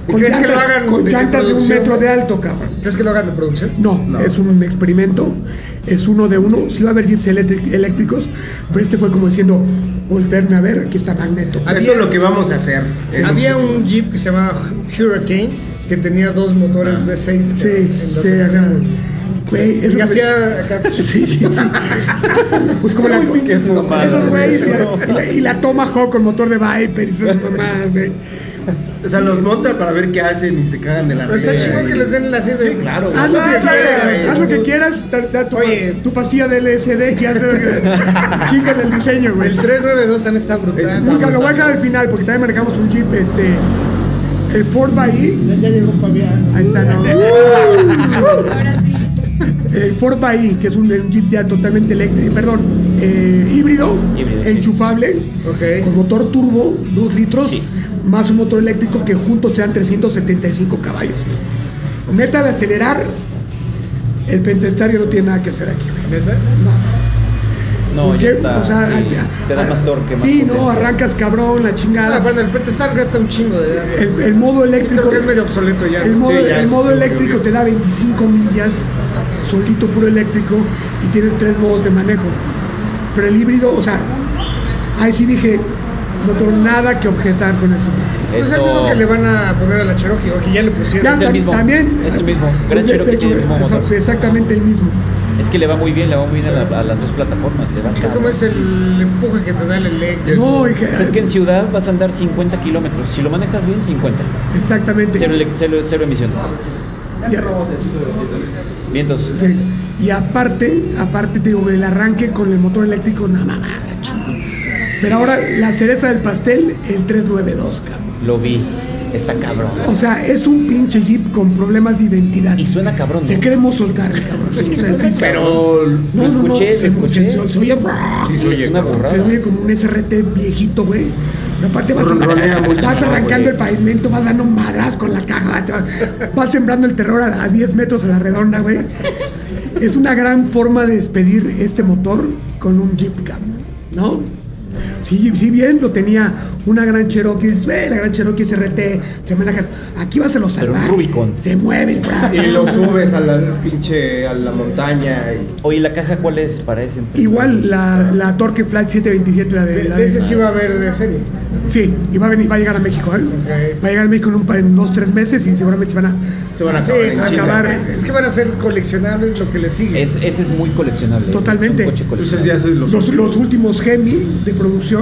Speaker 5: ¿Y
Speaker 2: Con
Speaker 5: crees que
Speaker 2: llantas,
Speaker 5: lo hagan
Speaker 2: con
Speaker 5: de
Speaker 2: llantas de un
Speaker 5: producción?
Speaker 2: metro de alto, cabrón.
Speaker 5: ¿Crees que lo hagan de producción?
Speaker 2: No, es un experimento, es uno de uno. Sí va a haber jeeps eléctric- eléctricos, pero este fue como diciendo, volverme a ver, aquí está Magneto.
Speaker 4: Esto es lo que vamos a hacer.
Speaker 5: Sí. Había un Jeep que se llamaba Hurricane que tenía dos motores
Speaker 4: Ah.
Speaker 5: V6. que-
Speaker 2: Sí,
Speaker 5: en los
Speaker 2: sí,
Speaker 5: que-
Speaker 2: acá. Güey, eso
Speaker 5: Y
Speaker 2: me-
Speaker 5: hacía acá.
Speaker 2: Sí, sí, sí. Pues como la.
Speaker 6: Qué fumada,
Speaker 2: esos güeyes.
Speaker 6: güey.
Speaker 2: Y, la- y la Tomahawk con motor de Viper y esas mamadas, güey.
Speaker 4: O sea, los montan para ver qué hacen y se cagan de la
Speaker 5: Pero está
Speaker 4: risa,
Speaker 5: chingón
Speaker 4: güey.
Speaker 5: que les den la así de.
Speaker 4: Sí, claro. güey.
Speaker 2: Haz lo que
Speaker 5: Ah,
Speaker 2: quieras,
Speaker 5: güey.
Speaker 2: haz lo que quieras. ta- ta- tu,
Speaker 5: Oye.
Speaker 2: tu pastilla de LSD y haz lo que. Chíngale el diseño, güey.
Speaker 5: El 392 también está brutal.
Speaker 4: Ese está
Speaker 2: Nunca lo Pues, voy a dejar al final porque también manejamos un jeep, este. El Ford Bahí.
Speaker 5: Ya llegó Fabián.
Speaker 2: Ahí está, ¿no?
Speaker 3: Ahora sí.
Speaker 2: El Ford Bahí, que es un, un jeep ya totalmente eléctrico, perdón, eh, híbrido,
Speaker 6: Híbrido, sí.
Speaker 2: enchufable,
Speaker 5: Ok.
Speaker 2: con motor turbo, 2 litros,
Speaker 6: Sí.
Speaker 2: más un motor eléctrico que juntos te dan 375 caballos. Neta, al acelerar, el pentestario no tiene nada que hacer aquí. güey.
Speaker 5: ¿Neta?
Speaker 6: No,
Speaker 2: Porque,
Speaker 6: ya está.
Speaker 2: o sea,
Speaker 6: sí.
Speaker 2: al-
Speaker 6: te da más torque, más
Speaker 2: Sí, no,
Speaker 6: potencia.
Speaker 2: arrancas cabrón, la
Speaker 5: Ah,
Speaker 2: chingada.
Speaker 5: bueno, el Petestar gasta un chingo de edad.
Speaker 2: El, el modo eléctrico.
Speaker 5: Creo que es medio obsoleto ya.
Speaker 2: El modo,
Speaker 4: Sí, ya
Speaker 2: el
Speaker 4: es
Speaker 2: modo
Speaker 4: como que
Speaker 2: eléctrico
Speaker 4: obvio.
Speaker 2: te da 25 millas, solito puro eléctrico, y tiene tres modos de manejo. Pero el híbrido, o sea, ahí sí dije, no tengo nada que objetar con esto.
Speaker 5: Pues es el
Speaker 6: Eso.
Speaker 5: mismo que le van a poner a la Cherokee, o que ya le pusieron.
Speaker 2: Ya
Speaker 6: el
Speaker 2: tam-
Speaker 6: mismo,
Speaker 2: también.
Speaker 6: es el mismo.
Speaker 2: de-
Speaker 6: Gran
Speaker 2: de
Speaker 6: Cherokee
Speaker 2: hecho,
Speaker 6: tiene el mismo
Speaker 2: exa-
Speaker 6: motor.
Speaker 2: exactamente el mismo.
Speaker 6: Es que le va muy bien, le va muy bien a, la- a las dos plataformas. Le va cabrón.
Speaker 5: ¿Cómo es el empuje que te da el eléctrico?
Speaker 2: No, dije,
Speaker 6: O sea, es que en ciudad vas a andar 50 kilómetros. Si lo manejas bien, 50.
Speaker 2: exactamente.
Speaker 6: Cero, ele- cero- cero emisiones.
Speaker 2: Ya-
Speaker 6: Vientos.
Speaker 2: sí. Y aparte, aparte te digo, el arranque con el motor eléctrico, nada, nada, Pero ahora la cereza del pastel, el 392, cabrón.
Speaker 6: Lo vi. Está cabrón.
Speaker 2: O sea, es un pinche jeep con problemas de identidad.
Speaker 6: Y suena cabrón.
Speaker 2: Se
Speaker 6: ¿no?
Speaker 2: cree Mozoltar, cabrón. Sí, sí, sí.
Speaker 4: Pero
Speaker 2: No,
Speaker 6: Lo
Speaker 2: no, no,
Speaker 6: escuché,
Speaker 2: se
Speaker 6: lo escuché.
Speaker 2: Se, se oye,
Speaker 6: Sí, es una burrada.
Speaker 2: se oye como un SRT viejito, güey. Pero aparte vas,
Speaker 4: Ronronea mucho,
Speaker 2: vas arrancando
Speaker 4: güey.
Speaker 2: el pavimento, vas dando madras con la caja, te vas, vas sembrando el terror a, a 10 metros a la redonda, güey. Es una gran forma de despedir este motor con un Jeep Cab, ¿no? Si, si bien lo tenía una gran Cherokee, dices, "Ve, la gran Cherokee SRT, se manejan. Aquí vas a los
Speaker 6: Pero un
Speaker 2: salvajes.
Speaker 6: Rubicon.
Speaker 2: Se mueve el brazo.
Speaker 4: Y lo subes a la pinche a la montaña y
Speaker 6: Oye, ¿la caja cuál es para ese? entonces?
Speaker 2: Igual la, la Torque Flat 727, la de
Speaker 5: De,
Speaker 2: la
Speaker 5: de
Speaker 2: de-
Speaker 5: ese sí va a haber de serie.
Speaker 2: Sí, y va a, venir, va a llegar a México, ¿eh?
Speaker 5: Ok.
Speaker 2: Va a llegar a México en, un, pa- en dos, tres meses y seguramente se van a...
Speaker 4: se van a
Speaker 5: Sí,
Speaker 4: acabar.
Speaker 5: se
Speaker 4: en
Speaker 5: va a
Speaker 4: chinga.
Speaker 2: acabar.
Speaker 5: Es que van a ser coleccionables lo que le sigue.
Speaker 6: Es, ese es muy coleccionable.
Speaker 2: Totalmente.
Speaker 6: Es un coche
Speaker 4: Entonces
Speaker 6: coleccionable.
Speaker 4: ya soy los,
Speaker 2: Los, los últimos Hemi de producción,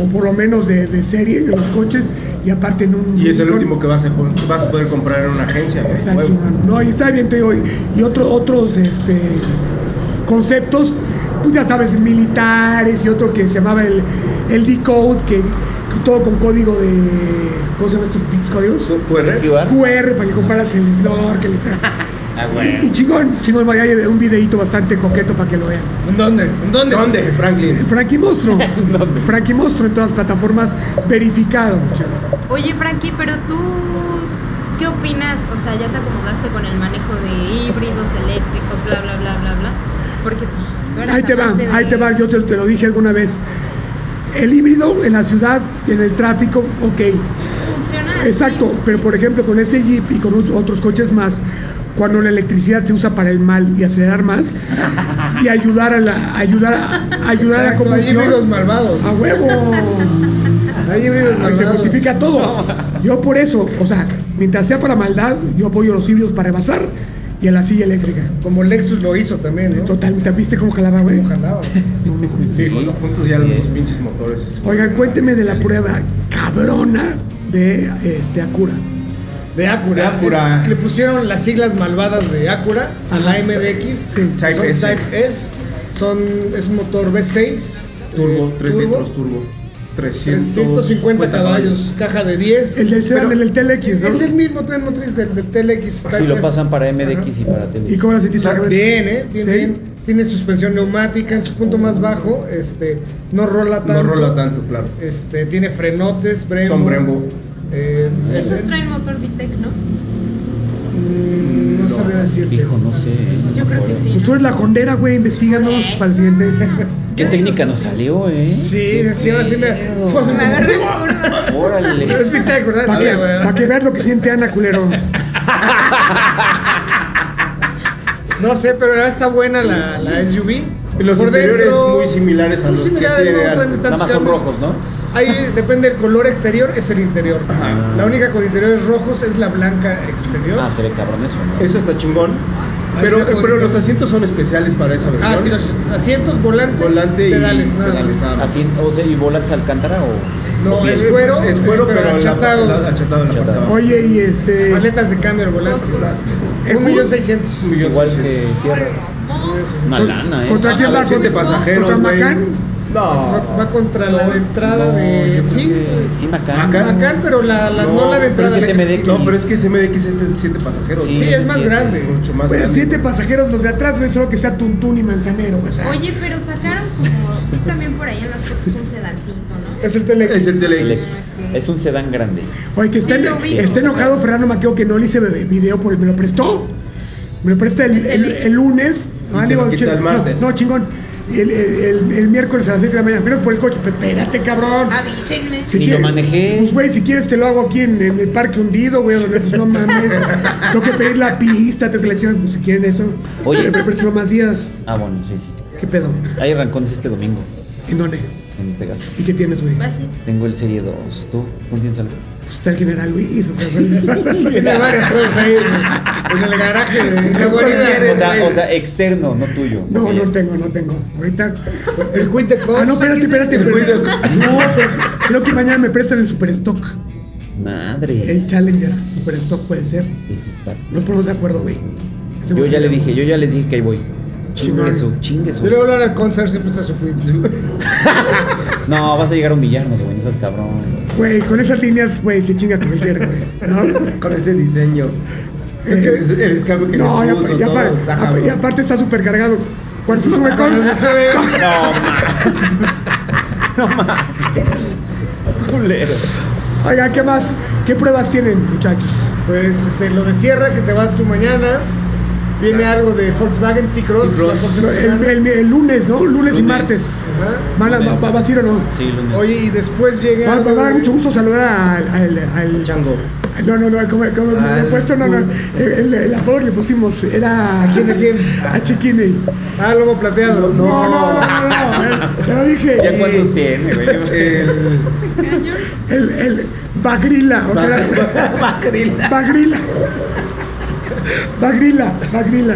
Speaker 2: o por lo menos de, de serie, en los coches, y aparte en un...
Speaker 4: y es el
Speaker 2: Rubicon.
Speaker 4: último que vas a vas a poder comprar en una agencia. güey,
Speaker 2: Está
Speaker 4: huevo.
Speaker 2: chingón. No, y está bien, te digo, y- y otro- otros este, conceptos, pues ya sabes, militares y otro que se llamaba el, el decode, que que todo con código de... ¿Cómo se llaman estos pinches códigos?
Speaker 4: ¿Tú puedes?
Speaker 6: ¿Activar?
Speaker 2: QR para que comparas el snorkel y tal.
Speaker 6: Ah, bueno.
Speaker 2: Y chingón, chingón, hay un videito bastante coqueto para que lo vean.
Speaker 5: ¿En dónde? ¿En dónde?
Speaker 4: ¿Dónde, Franklin?
Speaker 2: Frankie Monstruo. Frankie Monstruo en todas las plataformas verificado. chaval.
Speaker 3: Oye, Frankie, pero tú, ¿qué opinas? O sea, ya te acomodaste con el manejo de híbridos, eléctricos, bla, bla, bla, bla, bla. Porque pues, tú eres
Speaker 2: Ahí te va,
Speaker 3: amante de-
Speaker 2: ahí te va, yo te, te lo dije alguna vez. El híbrido en la ciudad, en el tráfico, ok.
Speaker 3: Funciona.
Speaker 2: Exacto, pero por ejemplo con este Jeep y con ot- otros coches más, cuando la electricidad se usa para el mal y acelerar más y ayudar a la ayudar a, ayudar a la
Speaker 5: Exacto, Hay híbridos
Speaker 2: combustión
Speaker 5: malvados.
Speaker 2: a huevo.
Speaker 5: Hay híbridos
Speaker 2: Ay,
Speaker 5: malvados.
Speaker 2: ah, se justifica todo. Yo por eso, o sea, mientras sea para maldad, yo apoyo los híbridos para rebasar y a la silla eléctrica.
Speaker 5: Como Lexus lo hizo también, ¿no?
Speaker 2: Totalmente, ¿viste cómo jalaba, güey?
Speaker 5: Ojalá.
Speaker 4: Sí, con los puntos ya los pinches motores. así.
Speaker 2: Oigan, cuénteme de la prueba cabrona de este Acura.
Speaker 5: De Acura.
Speaker 4: De Acura.
Speaker 5: Es- le pusieron las siglas malvadas de Acura a la MDX.
Speaker 2: Sí.
Speaker 5: Type,
Speaker 4: Type
Speaker 5: son
Speaker 4: S.
Speaker 5: Type S. Son, es un motor V6.
Speaker 4: Turbo,
Speaker 5: eh,
Speaker 4: 3 litros turbo.
Speaker 5: 350 caballos, caja de 10.
Speaker 2: El del sedán,
Speaker 5: Pero
Speaker 2: el del TLX, ¿no?
Speaker 5: Es el mismo tren motriz del, del TLX. Type
Speaker 6: Si lo
Speaker 5: S.
Speaker 6: pasan para MDX
Speaker 5: Ajá.
Speaker 6: y para tele.
Speaker 2: ¿Y cómo la sentiste?
Speaker 5: Está Bien, ¿eh? Bien,
Speaker 2: Sí.
Speaker 5: bien. Tiene suspensión neumática en su punto más bajo. Este, no rola tanto.
Speaker 4: No rola tanto, claro.
Speaker 5: Este, tiene frenotes, Brembo.
Speaker 4: Son Brembo.
Speaker 5: Eh,
Speaker 3: Esos
Speaker 5: eh,
Speaker 3: traen motor Vitec, ¿no?
Speaker 5: mm, No sabría decirte.
Speaker 6: Hijo, no sé. no me
Speaker 3: Yo creo que
Speaker 6: acuerdo.
Speaker 3: sí.
Speaker 2: Pues tú eres la hondera, güey, investigándonos para el siguiente.
Speaker 6: ¿Qué técnica nos salió, eh?
Speaker 5: Sí,
Speaker 6: Qué
Speaker 5: sí, ahora sí me.
Speaker 6: pedo.
Speaker 5: Fue así
Speaker 3: Me
Speaker 5: como-
Speaker 3: agarré en curva.
Speaker 5: Pero es
Speaker 6: Órale.
Speaker 5: mi tech, ¿verdad?
Speaker 2: Para
Speaker 5: Sí,
Speaker 2: que,
Speaker 5: güey.
Speaker 2: pa' que veas lo que siente Ana, culero.
Speaker 5: No sé, pero ahora está buena la, la SUV.
Speaker 4: Y los
Speaker 5: Por
Speaker 4: interiores
Speaker 5: dentro,
Speaker 4: muy similares a
Speaker 5: muy
Speaker 4: los que
Speaker 5: similares,
Speaker 4: tiene
Speaker 5: no traen
Speaker 4: al-
Speaker 5: tantos
Speaker 6: Nada más son
Speaker 5: cambios.
Speaker 6: rojos, ¿no?
Speaker 5: Ahí depende del color exterior, es el interior.
Speaker 4: Ajá.
Speaker 5: La única con interiores rojos es la blanca exterior.
Speaker 6: Ah, se ve cabrón eso, ¿no?
Speaker 4: Eso está chingón. Pero,
Speaker 5: Ahí está
Speaker 4: pero los
Speaker 5: bonito.
Speaker 4: asientos son especiales para esa versión.
Speaker 5: Ah, sí, los asientos, volante,
Speaker 4: Volante y
Speaker 5: pedales, nada.
Speaker 4: pedales, ah. nada más.
Speaker 6: Así, o sea, ¿y volantes alcántara o...?
Speaker 5: No,
Speaker 4: Y
Speaker 5: es cuero,
Speaker 4: Es cuero, pero, la-
Speaker 5: achatado.
Speaker 4: la- achatado en la parte de abajo.
Speaker 2: Oye, y este.
Speaker 5: Paletas de cambio, el volante.
Speaker 3: Costos.
Speaker 2: Es
Speaker 5: Un millón seiscientos.
Speaker 4: Un millón
Speaker 6: Igual
Speaker 4: seiscientos.
Speaker 6: que cierra. Una
Speaker 2: Con-
Speaker 6: lana, ¿eh?
Speaker 2: ¿Contra
Speaker 5: Ah,
Speaker 2: quién
Speaker 4: Cada
Speaker 2: va?
Speaker 4: siete
Speaker 2: ¿Contra-
Speaker 4: pasajeros,
Speaker 2: ¿Contra
Speaker 4: güey.
Speaker 2: Macán?
Speaker 5: Va,
Speaker 4: No.
Speaker 5: va contra la de entrada
Speaker 6: No,
Speaker 5: de.
Speaker 6: yo creo
Speaker 5: Sí,
Speaker 6: que Sí, Macán.
Speaker 4: Macán.
Speaker 5: Macán, pero la, la- no,
Speaker 4: No,
Speaker 5: la de
Speaker 4: pero
Speaker 5: entrada.
Speaker 4: es que
Speaker 5: de-
Speaker 6: es MDX.
Speaker 4: No, pero es que ese MDX este es de 7 pasajeros.
Speaker 5: Sí,
Speaker 6: Sí,
Speaker 5: es más
Speaker 6: siete.
Speaker 5: grande.
Speaker 4: Mucho más
Speaker 2: Pues
Speaker 4: grande.
Speaker 2: siete pasajeros los de atrás, güey, solo que sea Tuntún y Manzanero, güey. o sea.
Speaker 3: Oye, pero sacaron como también por ahí en las fotos un sedancito, ¿no?
Speaker 5: Es el tele.
Speaker 4: Es el TLX.
Speaker 6: Es un sedán grande.
Speaker 2: Oye, que está,
Speaker 3: Sí, lo vi.
Speaker 2: está enojado Fernando Maqueo que no le hice video porque me lo prestó. Me lo presta el, el- el lunes.
Speaker 4: Y te lo quita
Speaker 2: "Ching-
Speaker 4: el martes".
Speaker 2: No, no, chingón. El, el- el- el miércoles a las 6 de la mañana. Menos por el coche. Pero Espérate, cabrón.
Speaker 3: Ah, Avísenme.
Speaker 2: Si
Speaker 6: Ni lo manejé.
Speaker 2: Pues, güey, si quieres te lo hago aquí en, en el parque hundido, güey. donde, pues, no mames. tengo que pedir la pista, tengo que la chingan. Pues, si quieren eso.
Speaker 6: Oye.
Speaker 2: Pero, pero, pero, más días.
Speaker 6: Ah, bueno, sí, sí.
Speaker 2: ¿Qué pedo?
Speaker 6: Hay arrancones este domingo
Speaker 2: ¿En dónde?
Speaker 6: en Pegaso.
Speaker 2: ¿Y qué tienes, güey?
Speaker 3: Va así.
Speaker 6: Tengo el Serie 2. ¿Tú? ¿Tú tienes algo?
Speaker 2: Pues está el Pues, general Luis. O sea, güey.
Speaker 5: Tiene varias cosas ahí en en el garaje de la guarida.
Speaker 6: O sea, o sea, externo, no tuyo.
Speaker 2: Este- No,
Speaker 6: Porque-
Speaker 2: no tengo, no tengo. Ahorita.
Speaker 5: el Queen de Cox.
Speaker 2: Ah, no, espérate, espérate.
Speaker 4: El
Speaker 2: pero-
Speaker 4: Queen
Speaker 2: No, pero creo que mañana me prestan el Super Stock.
Speaker 6: Madre.
Speaker 2: El Challenger Super Stock puede ser.
Speaker 6: Ese está-
Speaker 2: Nos ponemos de acuerdo, güey.
Speaker 6: Yo
Speaker 2: Hacemos
Speaker 6: ya
Speaker 2: un-
Speaker 6: le dije, yo ya les dije que ahí voy. Chingue
Speaker 2: Chingón.
Speaker 6: su, chingue
Speaker 5: Yo le voy a
Speaker 6: su.
Speaker 5: hablar al concert, siempre está su Queen.
Speaker 6: No, vas a llegar a humillarnos, güey, esas cabrón.
Speaker 2: Güey, con esas líneas, güey, se chinga con cualquiera, güey. ¿No?
Speaker 4: Con ese diseño. Es que es- el escape que
Speaker 2: No,
Speaker 4: le
Speaker 2: ya,
Speaker 4: puso,
Speaker 2: ya
Speaker 4: todo,
Speaker 2: pa-
Speaker 4: está
Speaker 2: apa-
Speaker 4: cabrón.
Speaker 2: y aparte está súper cargado. Cuando se sube con.
Speaker 5: No se sabe.
Speaker 6: No, culero.
Speaker 2: Oiga, ¿qué más? ¿Qué pruebas tienen, muchachos?
Speaker 5: Pues este, lo de Sierra, que te vas tú mañana. Viene algo de Volkswagen T-Cross. la
Speaker 4: T-Cross.
Speaker 5: próxima
Speaker 2: El,
Speaker 5: semana.
Speaker 2: el- el lunes, ¿no? Lunes, y
Speaker 6: Lunes.
Speaker 2: martes.
Speaker 5: Ajá.
Speaker 2: ¿Van a- va- va- ¿Vas a ir o no?
Speaker 6: Sí, lunes.
Speaker 5: Oye, y después llega.
Speaker 2: Va, va- va a dar
Speaker 5: algo de-
Speaker 2: mucho gusto saludar al, al, al-
Speaker 4: Chango.
Speaker 2: No, no, no, como, como me
Speaker 5: Ah,
Speaker 2: había puesto, no, no. El, el, el apodo que le pusimos era. ¿A
Speaker 5: quién, a quién?
Speaker 2: A Chiquini.
Speaker 5: Ah, lobo plateado.
Speaker 2: No, no, no, no, no. Te lo
Speaker 6: ¿Ya
Speaker 2: dije.
Speaker 6: cuántos tiene, güey?
Speaker 2: El, el Bagrila. ¿o qué era? Bagrila. Bagrila, Bagrila.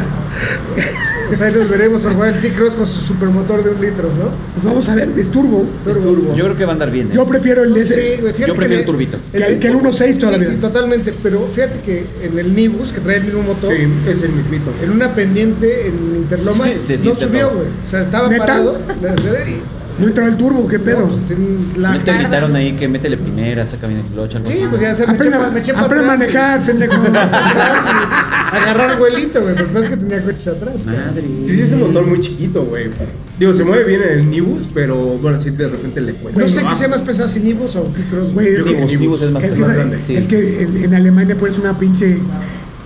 Speaker 5: Pues ahí nos veremos por jugar el T-Cross con su supermotor de un litro, ¿no?
Speaker 2: Pues vamos a ver, es turbo.
Speaker 5: Turbo.
Speaker 6: Yo creo que va a andar bien. ¿eh?
Speaker 2: Yo prefiero el de
Speaker 5: Sí,
Speaker 2: ese.
Speaker 5: güey, fíjate
Speaker 6: Yo prefiero
Speaker 5: que
Speaker 6: el turbito.
Speaker 2: Que el- que el 1.6 toda la
Speaker 5: Sí,
Speaker 2: vida.
Speaker 5: sí, totalmente, pero fíjate que en el Nibus, que trae el mismo motor,
Speaker 4: Sí, es el mismito.
Speaker 5: en una pendiente en Interlomas,
Speaker 6: Sí, se
Speaker 5: no
Speaker 6: siente
Speaker 5: subió,
Speaker 6: todo.
Speaker 5: güey. O sea, estaba
Speaker 2: ¿Neta?
Speaker 5: parado. la acelerar y-
Speaker 2: No entraba el turbo, qué pedo.
Speaker 5: no, pues, tiene un
Speaker 6: ¿No
Speaker 5: lag.
Speaker 6: te gritaron ahí que métele primera, saca bien el clutch, algo
Speaker 5: Sí,
Speaker 6: así?
Speaker 5: pues ya se me eché
Speaker 2: Aprende
Speaker 5: pa- me eché pa'
Speaker 2: aprende a
Speaker 5: atrás y-
Speaker 2: manejar, pendejo.
Speaker 5: atrás y Agarrar vuelito, güey, porque no es que tenía coches atrás. güey.
Speaker 6: Madre.
Speaker 4: Sí, sí, es un motor muy chiquito, güey. Digo, se mueve bien en el Nibus, pero bueno, sí de repente le cuesta.
Speaker 5: No sé qué
Speaker 4: trabajo.
Speaker 5: sea más pesado, si Nibus o T-Cross.
Speaker 2: Güey, es
Speaker 4: Yo
Speaker 2: que.
Speaker 4: como
Speaker 6: Nibus es más
Speaker 2: Es que,
Speaker 6: más
Speaker 2: esa-
Speaker 6: grande, sí.
Speaker 2: es que en, en Alemania pones una pinche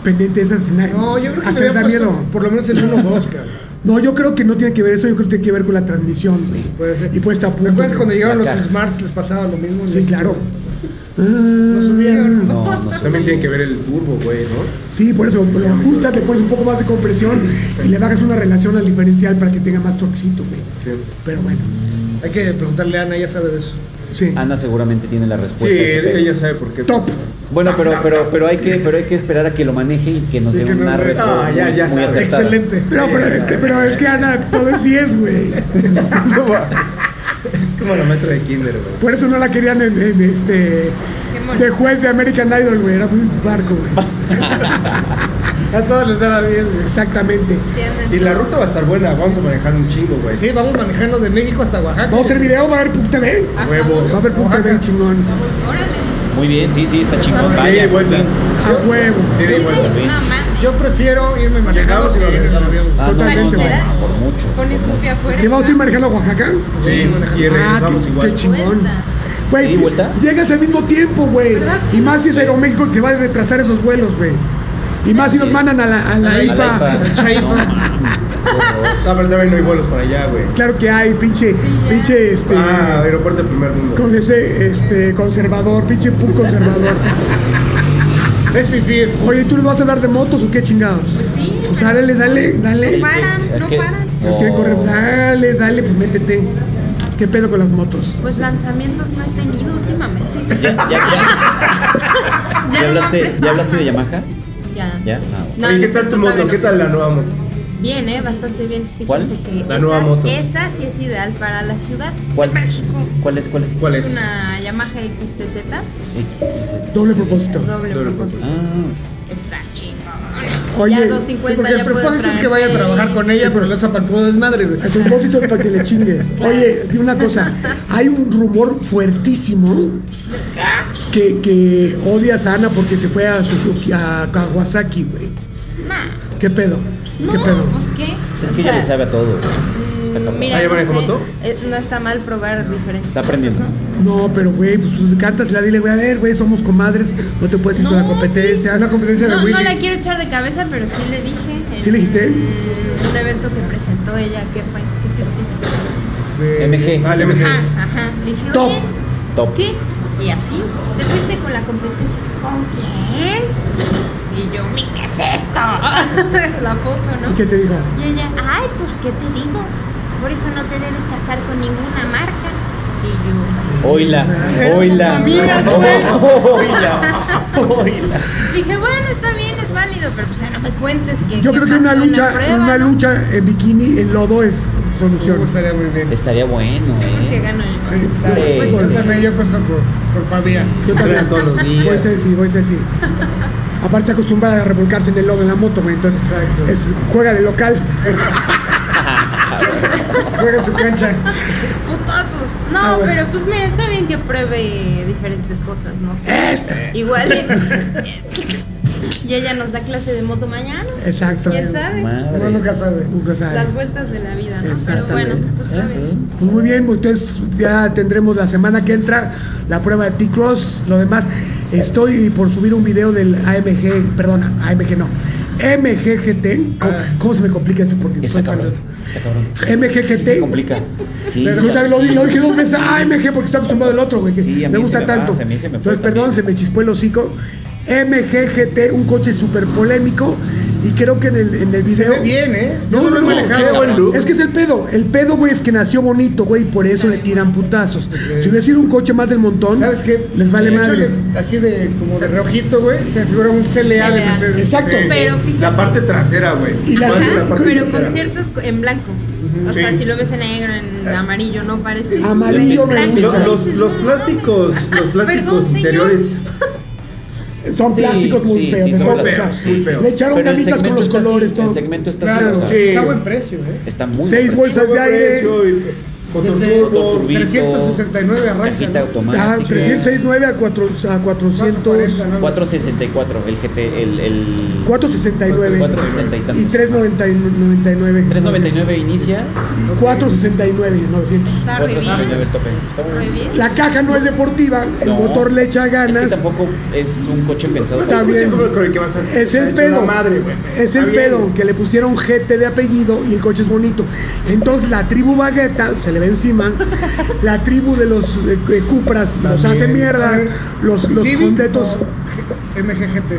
Speaker 2: pendiente de esas. na-
Speaker 5: No, yo creo que
Speaker 2: hasta
Speaker 5: le
Speaker 2: les da
Speaker 5: habían puesto
Speaker 2: miedo.
Speaker 5: por lo menos el 1-2, cabrón.
Speaker 2: No, yo creo que no tiene que ver eso, yo creo que tiene que ver con la transmisión, güey.
Speaker 5: Puede ser.
Speaker 2: Y puesta a punto.
Speaker 5: ¿Te acuerdas
Speaker 2: güey.
Speaker 5: cuando llegaron
Speaker 6: La
Speaker 5: los
Speaker 6: caja.
Speaker 5: Smarts les pasaba lo mismo?
Speaker 2: Sí, claro. Lo subieron.
Speaker 6: No, no sé.
Speaker 4: También tiene que ver el turbo, güey, ¿no?
Speaker 2: Sí, por eso lo ajustas, le pones un poco más de compresión y le bajas una relación al diferencial para que tenga más torquecito, güey.
Speaker 4: Sí.
Speaker 2: Pero bueno,
Speaker 5: Hay que preguntarle a Ana, ella sabe de eso.
Speaker 2: sí.
Speaker 6: Ana seguramente tiene la respuesta.
Speaker 4: Sí,
Speaker 6: a ese
Speaker 4: él-
Speaker 6: pedo.
Speaker 4: ella sabe por qué.
Speaker 2: Top.
Speaker 6: Bueno, pero, pero, pero, hay que, pero hay que esperar a que lo maneje y que nos
Speaker 5: Y
Speaker 6: dé
Speaker 5: que nos
Speaker 6: una
Speaker 5: dé-
Speaker 6: respuesta
Speaker 4: Ah, ya, ya
Speaker 6: muy
Speaker 4: sabe.
Speaker 6: acertada.
Speaker 5: Excelente.
Speaker 2: Pero, pero, pero es que Ana, todo sí es, güey.
Speaker 4: Como la maestra de Kinder, güey.
Speaker 2: Por eso no la querían en, en este.
Speaker 3: Qué mono.
Speaker 2: De juez de American Idol, güey. Era muy barco, güey.
Speaker 5: A todos les daba bien, güey.
Speaker 2: Exactamente.
Speaker 3: Sí, andan.
Speaker 4: Y la ruta va a estar buena, vamos a manejar un chingo, güey.
Speaker 5: Sí, vamos manejando de México hasta Oaxaca.
Speaker 2: Vamos a hacer video, va a haber punta B.
Speaker 3: Hasta
Speaker 4: huevo.
Speaker 3: dónde?
Speaker 2: Va a haber punta B, chingón.
Speaker 3: Órale.
Speaker 6: Muy bien, sí, sí,
Speaker 3: Pues
Speaker 6: está chingón.
Speaker 4: Ida y
Speaker 6: Vaya.
Speaker 4: vuelta.
Speaker 2: A huevo.
Speaker 4: Ida y vuelta.
Speaker 6: bien.
Speaker 3: No mames.
Speaker 5: Yo prefiero irme manejando
Speaker 4: Llegamos y
Speaker 5: que
Speaker 4: nos
Speaker 5: ir en el
Speaker 4: regresamos.
Speaker 5: avión.
Speaker 6: Ah, no, no,
Speaker 2: Totalmente,
Speaker 6: no,
Speaker 3: güey.
Speaker 6: por mucho.
Speaker 3: Pones un pie afuera.
Speaker 2: ¿Te vamos a ir manejando a Oaxaca?
Speaker 4: Sí, y
Speaker 2: ah,
Speaker 4: regresamos
Speaker 2: qué- qué,
Speaker 4: igual.
Speaker 2: chingón.
Speaker 3: Vuelta.
Speaker 2: Güey,
Speaker 6: ¿Sí, vuelta?
Speaker 2: llegas al mismo tiempo, güey.
Speaker 3: ¿Verdad?
Speaker 2: Y más si es Aeroméxico que va a retrasar esos vuelos, güey. Y más si nos mandan a la, a la
Speaker 5: A la
Speaker 6: A la
Speaker 2: IFA.
Speaker 6: IFA. No, mames, por favor.
Speaker 4: Ah, pero también no hay vuelos para allá, güey.
Speaker 2: Claro que hay, pinche, pinche, este,
Speaker 4: Ah, aeropuerto de primer mundo.
Speaker 2: con ese, este, conservador, pinche pun conservador.
Speaker 5: Es vivir.
Speaker 2: Oye, ¿tú nos vas a hablar de motos o qué chingados?
Speaker 3: Pues sí.
Speaker 2: Pues dale, dale, dale.
Speaker 3: No paran, no
Speaker 6: Es que-
Speaker 3: paran.
Speaker 2: Nos quieren correr. Dale, dale, pues métete. ¿Qué pedo con las motos?
Speaker 3: Pues lanzamientos no he tenido últimamente.
Speaker 6: Ya, ya, ya.
Speaker 3: no
Speaker 6: ¿Ya
Speaker 3: me
Speaker 6: hablaste,
Speaker 3: prestan.
Speaker 6: ¿Ya hablaste de Yamaha?
Speaker 3: Ya.
Speaker 6: ¿Ya? Ah, bueno.
Speaker 3: No,
Speaker 4: Oye, ¿qué
Speaker 3: no,
Speaker 4: tal tu
Speaker 3: no,
Speaker 4: moto?
Speaker 3: todavía
Speaker 4: ¿Qué
Speaker 3: no.
Speaker 4: tal la nueva moto?
Speaker 3: Bien, eh, bastante bien. Fíjense
Speaker 6: ¿Cuál?
Speaker 3: que
Speaker 4: La
Speaker 3: esa,
Speaker 4: nueva moto.
Speaker 3: Esa sí es ideal para la ciudad
Speaker 6: ¿Cuál?
Speaker 3: de México.
Speaker 6: ¿Cuál es? ¿Cuál es?
Speaker 4: ¿Cuál es?
Speaker 3: una Yamaha XTZ,
Speaker 6: XTZ.
Speaker 2: Doble propósito.
Speaker 3: doble,
Speaker 4: Doble
Speaker 3: propósito.
Speaker 6: Ah,
Speaker 3: Está chingón.
Speaker 2: Oye,
Speaker 3: ya
Speaker 2: sí,
Speaker 3: 250
Speaker 5: porque el
Speaker 3: ya puedo
Speaker 5: propósito es que
Speaker 3: traer
Speaker 5: vaya a
Speaker 3: mi-
Speaker 5: trabajar con ella, pero lo hace para puro desmadre, güey.
Speaker 2: El propósito es para que le chingues. Oye, dime una cosa. Hay un rumor fuertísimo que, que odias a Ana porque se fue a, Suzuki, a Kawasaki, güey.
Speaker 3: Nah,
Speaker 2: ¿Qué pedo?
Speaker 3: no,
Speaker 2: ¿Qué pedo?
Speaker 3: pues qué.
Speaker 6: pues es
Speaker 3: O
Speaker 6: que
Speaker 3: sea,
Speaker 6: ella le sabe a todo. güey. Está
Speaker 3: mm,
Speaker 6: cabrón.
Speaker 3: Mira,
Speaker 4: ¿Ah, ya
Speaker 3: no,
Speaker 4: maneja
Speaker 3: sé,
Speaker 4: moto?
Speaker 3: eh, no está mal probar diferentes
Speaker 6: Está aprendiendo.
Speaker 3: cosas, ¿no?
Speaker 2: No, pero güey, pues cántasela, dile, güey, a ver, güey, somos comadres, no te puedes ir con
Speaker 3: No,
Speaker 2: la competencia.
Speaker 5: Una competencia de
Speaker 3: No, no
Speaker 5: Willis.
Speaker 3: la quiero echar de cabeza, pero sí le dije. en
Speaker 2: ¿Sí le dijiste?
Speaker 3: Un evento que presentó ella, que fue. que fue-
Speaker 6: MG.
Speaker 4: Ah, el MG.
Speaker 3: Ajá, ajá. Le dije,
Speaker 2: Top.
Speaker 3: oye,
Speaker 6: Top.
Speaker 3: ¿qué? Y así, te fuiste con la competencia. ¿Con quién? Y yo, "Mi, ¿qué es esto? la foto,
Speaker 2: ¿Y
Speaker 3: ¿no?
Speaker 2: qué te dijo?
Speaker 3: Y ella, ay, pues, ¿qué te digo? Por eso no te debes casar con ninguna marca. Y yo,
Speaker 6: Oila.
Speaker 3: Éramos
Speaker 6: Oila.
Speaker 3: amigas, güey.
Speaker 6: Oila. Oila.
Speaker 3: dije, bueno, está bien, es válido, pero pues ya no me cuentes que...
Speaker 2: Yo
Speaker 3: que
Speaker 2: creo que una
Speaker 3: pasó la
Speaker 2: lucha,
Speaker 3: prueba,
Speaker 2: una
Speaker 3: ¿no?
Speaker 2: lucha en bikini, en lodo es
Speaker 5: Me
Speaker 2: solución.
Speaker 5: gustaría muy bien.
Speaker 6: Estaría bueno,
Speaker 3: Yo creo que
Speaker 6: eh.
Speaker 3: gano yo.
Speaker 5: Sí, claro.
Speaker 6: Sí,
Speaker 5: Pues,
Speaker 2: sí.
Speaker 5: también yo paso por, por Pavía.
Speaker 2: Yo
Speaker 4: Entrena
Speaker 2: también.
Speaker 4: todos los
Speaker 2: Voy
Speaker 4: días.
Speaker 2: Ceci, voy Ceci. Aparte acostumbrada a revolcarse en el lodo en la moto, güey, entonces es, juega de local.
Speaker 5: Juega su cancha.
Speaker 3: Putosos. No,
Speaker 2: Ah, bueno.
Speaker 3: pero pues mira, está bien que pruebe diferentes cosas, ¿no? O sea, Igual. y- y ella nos da clase de moto mañana.
Speaker 2: Exacto.
Speaker 3: ¿Quién sabe?
Speaker 5: Uno
Speaker 6: Madre.
Speaker 5: nunca sabe.
Speaker 2: Nunca sabe.
Speaker 3: Las vueltas de la vida, ¿no? Pero bueno,
Speaker 2: Exactamente.
Speaker 3: pues está bien.
Speaker 2: Pues muy bien, ustedes ya tendremos la semana que entra la prueba de T-Cross, lo demás. Estoy por subir un video del AMG, perdona, AMG no, MGGT. ¿Cómo, cómo se me complica eso? Porque
Speaker 6: Ah. Está
Speaker 2: soy fan de
Speaker 6: cabrón.
Speaker 2: otro.
Speaker 6: Está cabrón. Sí
Speaker 2: MGGT.
Speaker 6: Se complica. Sí.
Speaker 2: Yo ya lo, lo dije dos veces, AMG, porque está acostumbrado el otro, güey, que
Speaker 6: Sí, a mí
Speaker 2: me
Speaker 6: se
Speaker 2: gusta
Speaker 6: me va,
Speaker 2: tanto.
Speaker 6: se me- se me fue
Speaker 2: Entonces, perdón,
Speaker 6: también.
Speaker 2: se me chispó el hocico. MGGT, un coche súper polémico, y creo que en el, en el
Speaker 5: Se
Speaker 2: video...
Speaker 5: ve bien, ¿eh?
Speaker 2: No, no,
Speaker 5: Yo lo he
Speaker 2: no,
Speaker 5: manejado.
Speaker 4: qué buen look.
Speaker 2: Es que es el pedo. El pedo, güey, es que nació bonito, güey, y por eso le tiran putazos. Si hubiera sido un coche más del montón,
Speaker 5: ¿Sabes qué? Eh,
Speaker 2: les vale
Speaker 5: El hecho
Speaker 2: madre.
Speaker 5: de- así de como de reojito, güey, se me figura un CLA de
Speaker 3: CLA.
Speaker 5: Mercedes.
Speaker 2: Exacto.
Speaker 5: Eh,
Speaker 3: Pero fíjate.
Speaker 4: La parte trasera, güey.
Speaker 2: Y la-
Speaker 4: Más de
Speaker 3: Ajá,
Speaker 4: la parte
Speaker 3: pero con
Speaker 4: trasera.
Speaker 3: ciertos co- en blanco. O sea,
Speaker 4: Sí.
Speaker 3: si lo ves en negro, en amarillo, no parece.
Speaker 2: Ah. Amarillo,
Speaker 3: Blanco,
Speaker 2: me
Speaker 4: Los,
Speaker 2: gusta.
Speaker 4: los, los plásticos, los
Speaker 3: Perdón,
Speaker 4: plásticos
Speaker 3: señor.
Speaker 4: interiores.
Speaker 2: Son
Speaker 6: Sí,
Speaker 2: plásticos muy
Speaker 6: sí,
Speaker 2: feos.
Speaker 6: sí,
Speaker 2: de
Speaker 6: son
Speaker 2: todo,
Speaker 4: feos,
Speaker 2: o sea,
Speaker 4: sí, feos.
Speaker 2: Le echaron
Speaker 6: Pero el
Speaker 2: gamitas con
Speaker 6: segmento
Speaker 2: los
Speaker 6: está así,
Speaker 2: colores, todo.
Speaker 6: El segmento está así,
Speaker 5: Claro,
Speaker 6: o sea,
Speaker 4: Sí.
Speaker 5: está a buen precio, ¿eh?
Speaker 6: Está muy
Speaker 2: Seis bolsas de aire.
Speaker 4: Precio y- Con
Speaker 5: Desde-
Speaker 4: turbo.
Speaker 6: turbito,
Speaker 5: 369 arranca,
Speaker 6: Cajita
Speaker 5: ¿no?
Speaker 2: Ah,
Speaker 6: automática.
Speaker 2: 369 a, cuatro, a 400.
Speaker 5: 440, ¿no?
Speaker 6: 464, el GT, el... el
Speaker 2: 469.
Speaker 6: 460 y tantos.
Speaker 2: y 399.
Speaker 6: 399 inicia,
Speaker 2: Y 469, 900.
Speaker 3: Está re bien.
Speaker 6: 469 el tope. Está muy
Speaker 3: Re
Speaker 6: bien.
Speaker 3: bien.
Speaker 2: La caja no es deportiva, el
Speaker 6: No.
Speaker 2: motor le echa
Speaker 6: Es que
Speaker 2: ganas.
Speaker 6: tampoco es un coche pensado
Speaker 2: Está
Speaker 6: para-
Speaker 2: bien.
Speaker 4: Con el que vas a
Speaker 2: Es el
Speaker 4: una
Speaker 2: pedo.
Speaker 4: madre, güey.
Speaker 2: es
Speaker 4: Está
Speaker 2: el
Speaker 4: bien.
Speaker 2: pedo que le pusieron GT de apellido y el coche es bonito. Entonces la tribu bagueta se le encima. La tribu de los eh, eh, Cupras los hace mierda. Los, los
Speaker 5: Civic
Speaker 2: condetos
Speaker 5: o MGGT.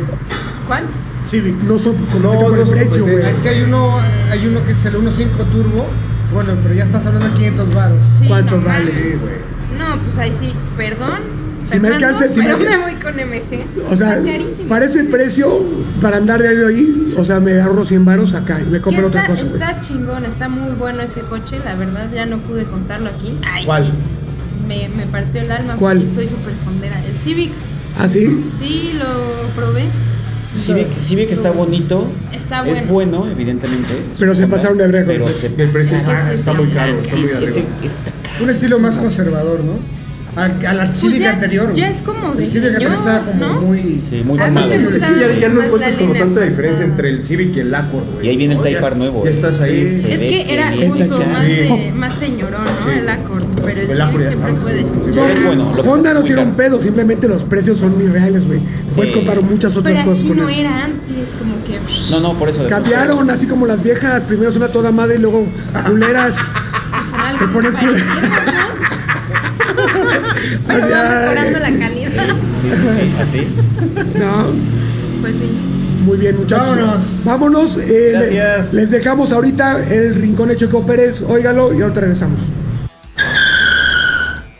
Speaker 3: ¿Cuál?
Speaker 5: Civic.
Speaker 2: no son
Speaker 4: No,
Speaker 2: competidos por
Speaker 4: no
Speaker 2: el
Speaker 4: son
Speaker 2: precio, güey.
Speaker 5: Es que hay uno, hay uno que es el 1.5 turbo. Bueno, pero ya estás hablando de 500 baros.
Speaker 3: Sí,
Speaker 2: ¿Cuánto
Speaker 3: no
Speaker 2: vale?
Speaker 3: mames.
Speaker 4: Sí, güey.
Speaker 3: No, pues ahí sí, perdón.
Speaker 2: Si me
Speaker 3: Fernando,
Speaker 2: alcanza, si me
Speaker 3: pero
Speaker 2: alcanza.
Speaker 3: voy con MG.
Speaker 2: O sea,
Speaker 3: Está carísimo.
Speaker 2: para ese precio, para andar diario ahí, o sea, me ahorro 100 varos acá y me
Speaker 3: Y
Speaker 2: compro
Speaker 3: está,
Speaker 2: otra cosa, güey.
Speaker 3: está chingón, está muy bueno ese coche, la verdad ya no pude contarlo aquí. Ay,
Speaker 4: ¿Cuál?
Speaker 3: sí. Me, me partió el alma
Speaker 2: ¿Cuál?
Speaker 3: porque soy súper fondera. El Civic,
Speaker 2: ¿Así?
Speaker 3: sí, lo probé.
Speaker 6: Civic, Civic está bonito.
Speaker 3: Está
Speaker 6: Es bueno, evidentemente.
Speaker 2: Pero se pasaron de verga con el
Speaker 6: Pero
Speaker 2: precio.
Speaker 6: se
Speaker 4: El precio
Speaker 3: Es que
Speaker 4: Ah, está,
Speaker 3: sí
Speaker 4: está
Speaker 3: está
Speaker 4: muy
Speaker 3: mal.
Speaker 4: caro, está
Speaker 6: Sí,
Speaker 4: muy
Speaker 6: sí,
Speaker 4: arriba.
Speaker 6: sí, está caro.
Speaker 5: Un estilo más conservador, ¿no? A, a la
Speaker 3: Pues
Speaker 5: Civic
Speaker 3: ya-
Speaker 5: anterior.
Speaker 3: Ya
Speaker 5: güey.
Speaker 3: es como de
Speaker 5: El Civic anterior
Speaker 3: señor,
Speaker 5: estaba como
Speaker 3: ¿no?
Speaker 5: muy. Eh,
Speaker 6: Sí, muy
Speaker 3: A mí
Speaker 6: mamado.
Speaker 3: me
Speaker 4: Es
Speaker 3: gusta
Speaker 4: que ya, ya no
Speaker 3: más
Speaker 4: encuentras
Speaker 3: la
Speaker 4: como
Speaker 3: línea
Speaker 4: tanta
Speaker 3: pasada.
Speaker 4: diferencia entre el Civic y el Accord, güey.
Speaker 6: Y ahí viene el
Speaker 4: ¿no?
Speaker 6: Type
Speaker 4: Ya-
Speaker 6: R nuevo,
Speaker 4: Ya
Speaker 6: eh.
Speaker 4: estás ahí.
Speaker 6: Ese.
Speaker 3: Es
Speaker 6: Se ve
Speaker 3: que era
Speaker 6: que
Speaker 2: está
Speaker 3: justo
Speaker 2: chingón.
Speaker 3: más, de,
Speaker 4: Sí.
Speaker 3: más señorón, ¿no?
Speaker 4: Sí.
Speaker 3: El Accord, pero el,
Speaker 4: El
Speaker 3: Civic
Speaker 4: Accord ya
Speaker 3: siempre
Speaker 4: está,
Speaker 3: fue de
Speaker 4: sí, sí,
Speaker 3: señorón.
Speaker 4: sí. Pero
Speaker 6: es bueno. Lo que pasa
Speaker 2: Honda
Speaker 6: es
Speaker 2: no
Speaker 6: muy
Speaker 2: tiene
Speaker 6: caro.
Speaker 2: un pedo, simplemente los precios son irreales, güey. Puedes
Speaker 6: Sí.
Speaker 2: comprar muchas
Speaker 3: Pero
Speaker 2: otras cosas
Speaker 3: así
Speaker 2: con
Speaker 3: no
Speaker 2: eso.
Speaker 3: era antes, como que... pues,
Speaker 6: No, no, por eso.
Speaker 2: Cambiaron así como las viejas, primero son a toda madre y luego culeras.
Speaker 3: en algo
Speaker 2: Se pone
Speaker 3: parecido,
Speaker 2: cool.
Speaker 3: ¿no?
Speaker 2: Ay,
Speaker 3: Pero va pues, mejorando
Speaker 2: ay.
Speaker 3: la calidad.
Speaker 6: Sí, sí, sí, así.
Speaker 2: No,
Speaker 3: Pues sí.
Speaker 2: muy bien muchachos.
Speaker 5: Vámonos.
Speaker 2: Vámonos. eh, le-
Speaker 6: Gracias.
Speaker 2: les dejamos ahorita el rincón de Checo Pérez. Óigalo y ahorita regresamos.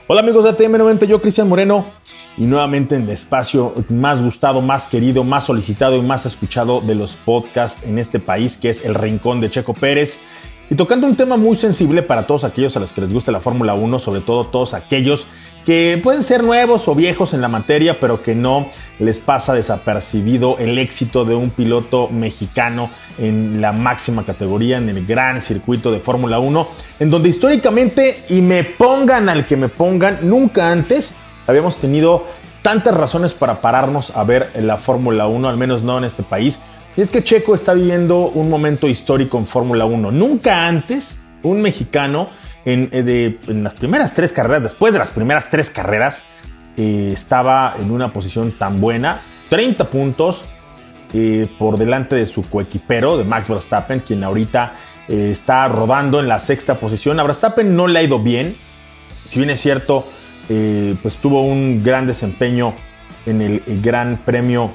Speaker 7: Hola amigos de ATM90, yo Cristian Moreno y nuevamente en el espacio más gustado, más querido, más solicitado y más escuchado de los podcasts en este país que es El Rincón de Checo Pérez. Y tocando un tema muy sensible para todos aquellos a los que les gusta la Fórmula 1, sobre todo todos aquellos que pueden ser nuevos o viejos en la materia, pero que no les pasa desapercibido el éxito de un piloto mexicano en la máxima categoría, en el gran circuito de Fórmula 1, en donde históricamente, y me pongan al que me pongan, nunca antes habíamos tenido tantas razones para pararnos a ver la Fórmula 1, al menos no en este país. Y es que Checo está viviendo un momento histórico en Fórmula 1. Nunca antes un mexicano en, eh, de- en las primeras tres carreras, después de las primeras tres carreras, eh, estaba en una posición tan buena. 30 puntos, eh, por delante de su coequipero, de Max Verstappen, quien ahorita eh, está rodando en la sexta posición. A Verstappen no le ha ido bien, si bien es cierto, eh, pues tuvo un gran desempeño en el, el Gran Premio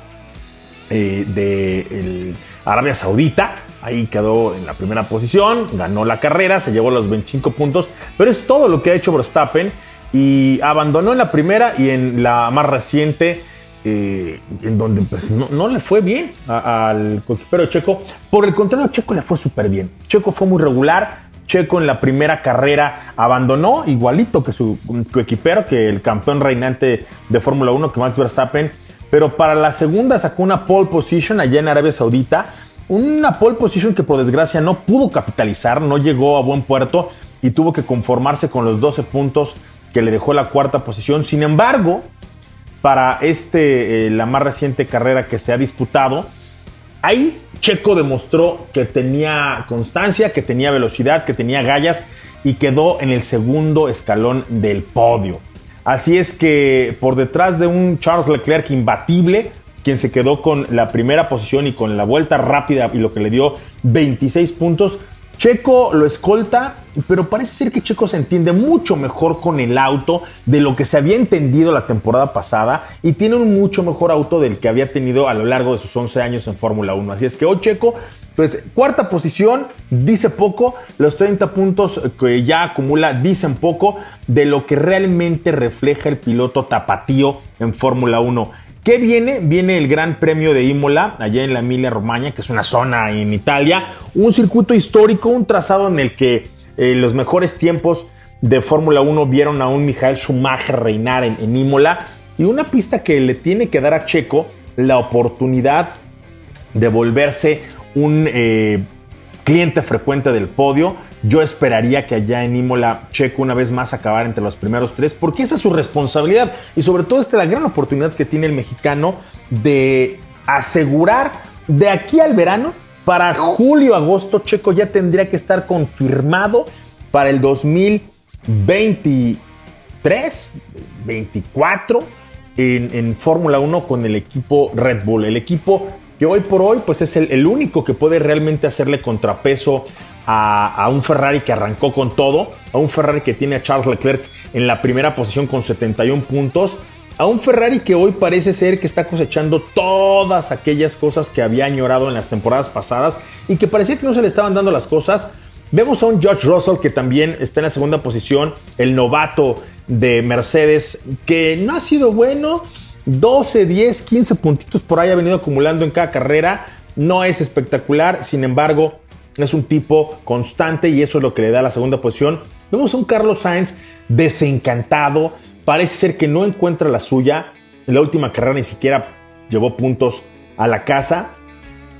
Speaker 7: eh, de el Arabia Saudita. Ahí quedó en la primera posición, ganó la carrera, se llevó los 25 puntos, pero es todo lo que ha hecho Verstappen y abandonó en la primera y en la más reciente, eh, en donde pues, no, no le fue bien a- al coequipero Checo. Por el contrario, a Checo le fue súper bien. Checo fue muy regular, Checo en la primera carrera abandonó, igualito que su coequipero, que el campeón reinante de Fórmula 1, que Max Verstappen. Pero para la segunda sacó una pole position allá en Arabia Saudita. Una pole position que por desgracia no pudo capitalizar, no llegó a buen puerto y tuvo que conformarse con los 12 puntos que le dejó la cuarta posición. Sin embargo, para este, eh, la más reciente carrera que se ha disputado, Ahí Checo demostró que tenía constancia, que tenía velocidad, que tenía gallas y quedó en el segundo escalón del podio. Así es que por detrás de un Charles Leclerc imbatible, quien se quedó con la primera posición y con la vuelta rápida y lo que le dio 26 puntos, Checo lo escolta, pero parece ser que Checo se entiende mucho mejor con el auto de lo que se había entendido la temporada pasada y tiene un mucho mejor auto del que había tenido a lo largo de sus 11 años en Fórmula 1. Así es que hoy Checo, pues cuarta posición, dice poco, los 30 puntos que ya acumula dicen poco de lo que realmente refleja el piloto tapatío en Fórmula 1. ¿Qué viene? Viene el Gran Premio de Imola, allá en la Emilia Romagna, que es una zona en Italia. Un circuito histórico, un trazado en el que eh, los mejores tiempos de Fórmula 1 vieron a un Michael Schumacher reinar en, en Imola. Y una pista que le tiene que dar a Checo la oportunidad de volverse un eh, cliente frecuente del podio. Yo esperaría que allá en Imola Checo una vez más acabar entre los primeros tres, porque esa es su responsabilidad. Y sobre todo esta es la gran oportunidad que tiene el mexicano de asegurar de aquí al verano, para julio, agosto, Checo ya tendría que estar confirmado para el 2020. 3, 24 en, en Fórmula 1 con el equipo Red Bull, el equipo que hoy por hoy pues es el, el único que puede realmente hacerle contrapeso a, a un Ferrari que arrancó con todo, a un Ferrari que tiene a Charles Leclerc en la primera posición con 71 puntos, a un Ferrari que hoy parece ser que está cosechando todas aquellas cosas que había añorado en las temporadas pasadas y que parecía que no se le estaban dando las cosas. Vemos a un George Russell que también está en la segunda posición, el novato de Mercedes, que no ha sido bueno. 12, 10, 15 puntitos por ahí ha venido acumulando en cada carrera. No es espectacular, sin embargo, es un tipo constante y eso es lo que le da la segunda posición. Vemos a un Carlos Sainz desencantado, parece ser que no encuentra la suya. En la última carrera ni siquiera llevó puntos a la casa.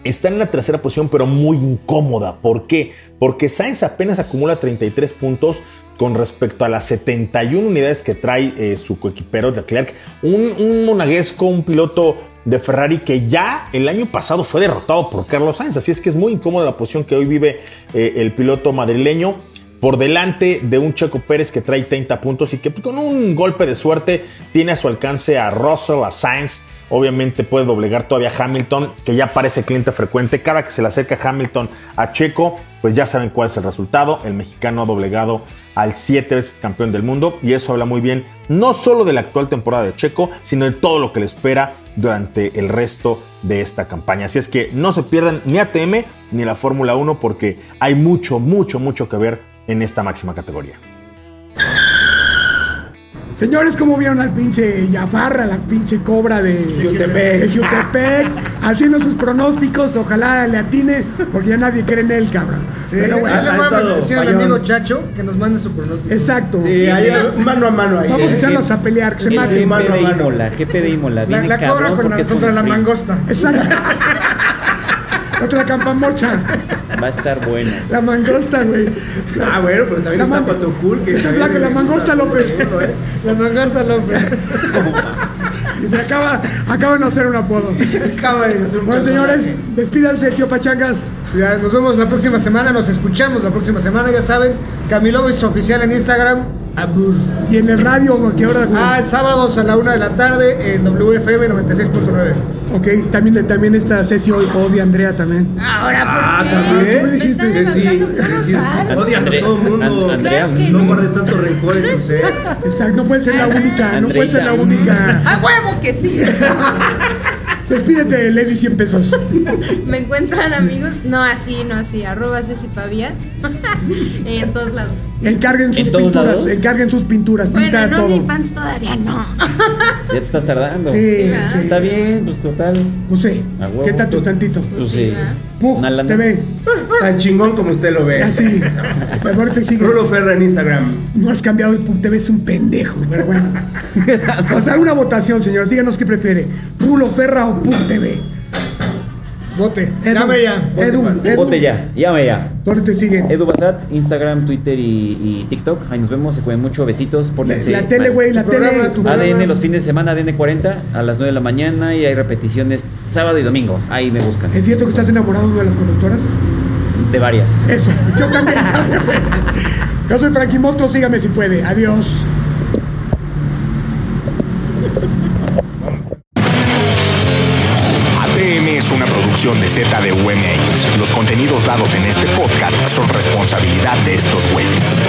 Speaker 7: Está en la tercera posición, pero muy incómoda. ¿Por qué? Porque Sainz apenas acumula 33 puntos con respecto a las 71 unidades que trae eh, su coequipero Leclerc. Un, un monaguesco, un piloto de Ferrari que ya el año pasado fue derrotado por Carlos Sainz. Así es que es muy incómoda la posición que hoy vive eh, el piloto madrileño por delante de un Checo Pérez que trae 30 puntos y que con un golpe de suerte tiene a su alcance a Russell, a Sainz. Obviamente puede doblegar todavía a Hamilton, que ya parece cliente frecuente. Cada que se le acerca Hamilton a Checo, pues ya saben cuál es el resultado. El mexicano ha doblegado al siete veces campeón del mundo y eso habla muy bien no solo de la actual temporada de Checo, sino de todo lo que le espera durante el resto de esta campaña. Así es que no se pierdan ni ATM ni la Fórmula 1 porque hay mucho, mucho, mucho que ver en esta máxima categoría.
Speaker 2: Señores, ¿cómo vieron al pinche Yafarra, la pinche cobra de
Speaker 4: Jutepec.
Speaker 2: de Jutepec? Haciendo sus pronósticos, ojalá le atine, porque ya nadie cree en él, cabrón. Pero
Speaker 5: Pero
Speaker 2: bueno,
Speaker 5: le voy a
Speaker 4: ha estado
Speaker 5: decir al
Speaker 4: fallón.
Speaker 5: amigo Chacho que nos mande su pronóstico.
Speaker 2: exacto.
Speaker 4: Sí, hay un mano a mano ahí.
Speaker 2: Vamos a
Speaker 4: eh.
Speaker 2: echarnos a pelear, que se
Speaker 6: El
Speaker 2: maten.
Speaker 6: GP
Speaker 4: mano a
Speaker 6: de
Speaker 4: mano.
Speaker 6: Imola, GP de Imola.
Speaker 5: La,
Speaker 6: Viene
Speaker 5: la
Speaker 6: cabrón
Speaker 5: cobra con la-
Speaker 6: porque es con
Speaker 5: contra la
Speaker 6: sprint.
Speaker 5: mangosta.
Speaker 2: Exacto. Otra campamocha.
Speaker 6: Va a estar bueno.
Speaker 2: La mangosta, güey.
Speaker 4: Ah, bueno, pero también
Speaker 2: La
Speaker 4: está
Speaker 2: man-
Speaker 4: Patocul. Que
Speaker 2: Esta es
Speaker 4: también
Speaker 2: la que- la
Speaker 4: le
Speaker 2: mangosta
Speaker 4: gusta
Speaker 2: López.
Speaker 4: todo eso, eh.
Speaker 5: La mangosta López.
Speaker 2: Y se acaba, acaban de hacer un apodo.
Speaker 5: Acaba de hacer un
Speaker 2: Bueno,
Speaker 5: personaje.
Speaker 2: señores, despídanse, tío Pachangas.
Speaker 5: Ya, nos vemos la próxima semana, nos escuchamos la próxima semana, ya saben, Camilovich oficial en Instagram.
Speaker 2: Y en el radio, ¿a qué hora, güey?
Speaker 5: Ah, el sábados a la una de la tarde en WFM 96.9.
Speaker 2: Ok, también, también esta Ceci hoy, odia a Andrea también.
Speaker 4: Ah,
Speaker 2: Ah, tú me
Speaker 4: también.
Speaker 2: dijiste.
Speaker 4: Sí, sí,
Speaker 3: Están
Speaker 4: sí, sí.
Speaker 3: enojando,
Speaker 4: Odias a todo el mundo.
Speaker 6: And- Andrea,
Speaker 3: Claro que
Speaker 4: no
Speaker 3: no.
Speaker 4: guardes tanto rencor en tu ser.
Speaker 2: Exacto, no puede ser la única, no puede ser la
Speaker 6: Andreita.
Speaker 2: única.
Speaker 3: ¡A huevo que sí!
Speaker 2: Despídete, Lady 100 pesos.
Speaker 3: Me encuentran amigos, no así, no así, arroba Ceci Pavía en todos lados.
Speaker 2: Encarguen sus
Speaker 6: ¿En todos
Speaker 2: pinturas,
Speaker 6: lados?
Speaker 2: encarguen sus pinturas, pinta
Speaker 3: Bueno, no,
Speaker 2: todo.
Speaker 3: mi fans todavía no.
Speaker 6: Ya te estás tardando.
Speaker 2: Sí,
Speaker 3: Ah,
Speaker 2: sí.
Speaker 6: Está bien, pues total.
Speaker 2: José,
Speaker 6: A huevo.
Speaker 2: ¿qué tanto tantito?
Speaker 6: Pues sí.
Speaker 2: Puf,
Speaker 6: Una lana.
Speaker 2: te ve.
Speaker 4: Tan chingón como usted lo ve.
Speaker 2: Así. Pero ahorita sigue.
Speaker 4: Rulo Ferra en Instagram.
Speaker 2: No has cambiado el punto, te ves un pendejo, pero bueno. Vamos a una votación, señores. Díganos qué prefiere, Rulo Ferra o Pug TV.
Speaker 5: Vote.
Speaker 2: Edu,
Speaker 5: Llame ya.
Speaker 2: Edu, Edu,
Speaker 6: Vote ya, llame ya.
Speaker 2: ¿Dónde te siguen?
Speaker 6: Edu Basat, Instagram, Twitter y, y TikTok. Ahí nos vemos, se cuiden mucho, besitos,
Speaker 2: La,
Speaker 6: pórtense.
Speaker 2: la tele,
Speaker 6: mal.
Speaker 2: güey, la
Speaker 5: Tu
Speaker 2: tele.
Speaker 5: programa, tu-
Speaker 6: ADN los fines de semana, ADN 40, a las 9 de la mañana y hay repeticiones sábado y domingo. Ahí me buscan.
Speaker 2: ¿Es cierto que estás enamorado de una de las conductoras?
Speaker 6: De varias.
Speaker 2: Eso, yo también. yo soy Frankie Mostro, sígame si puede. Adiós.
Speaker 1: ATM es una producción de ZDUMX. Los contenidos dados en este podcast son responsabilidad de estos güeyes.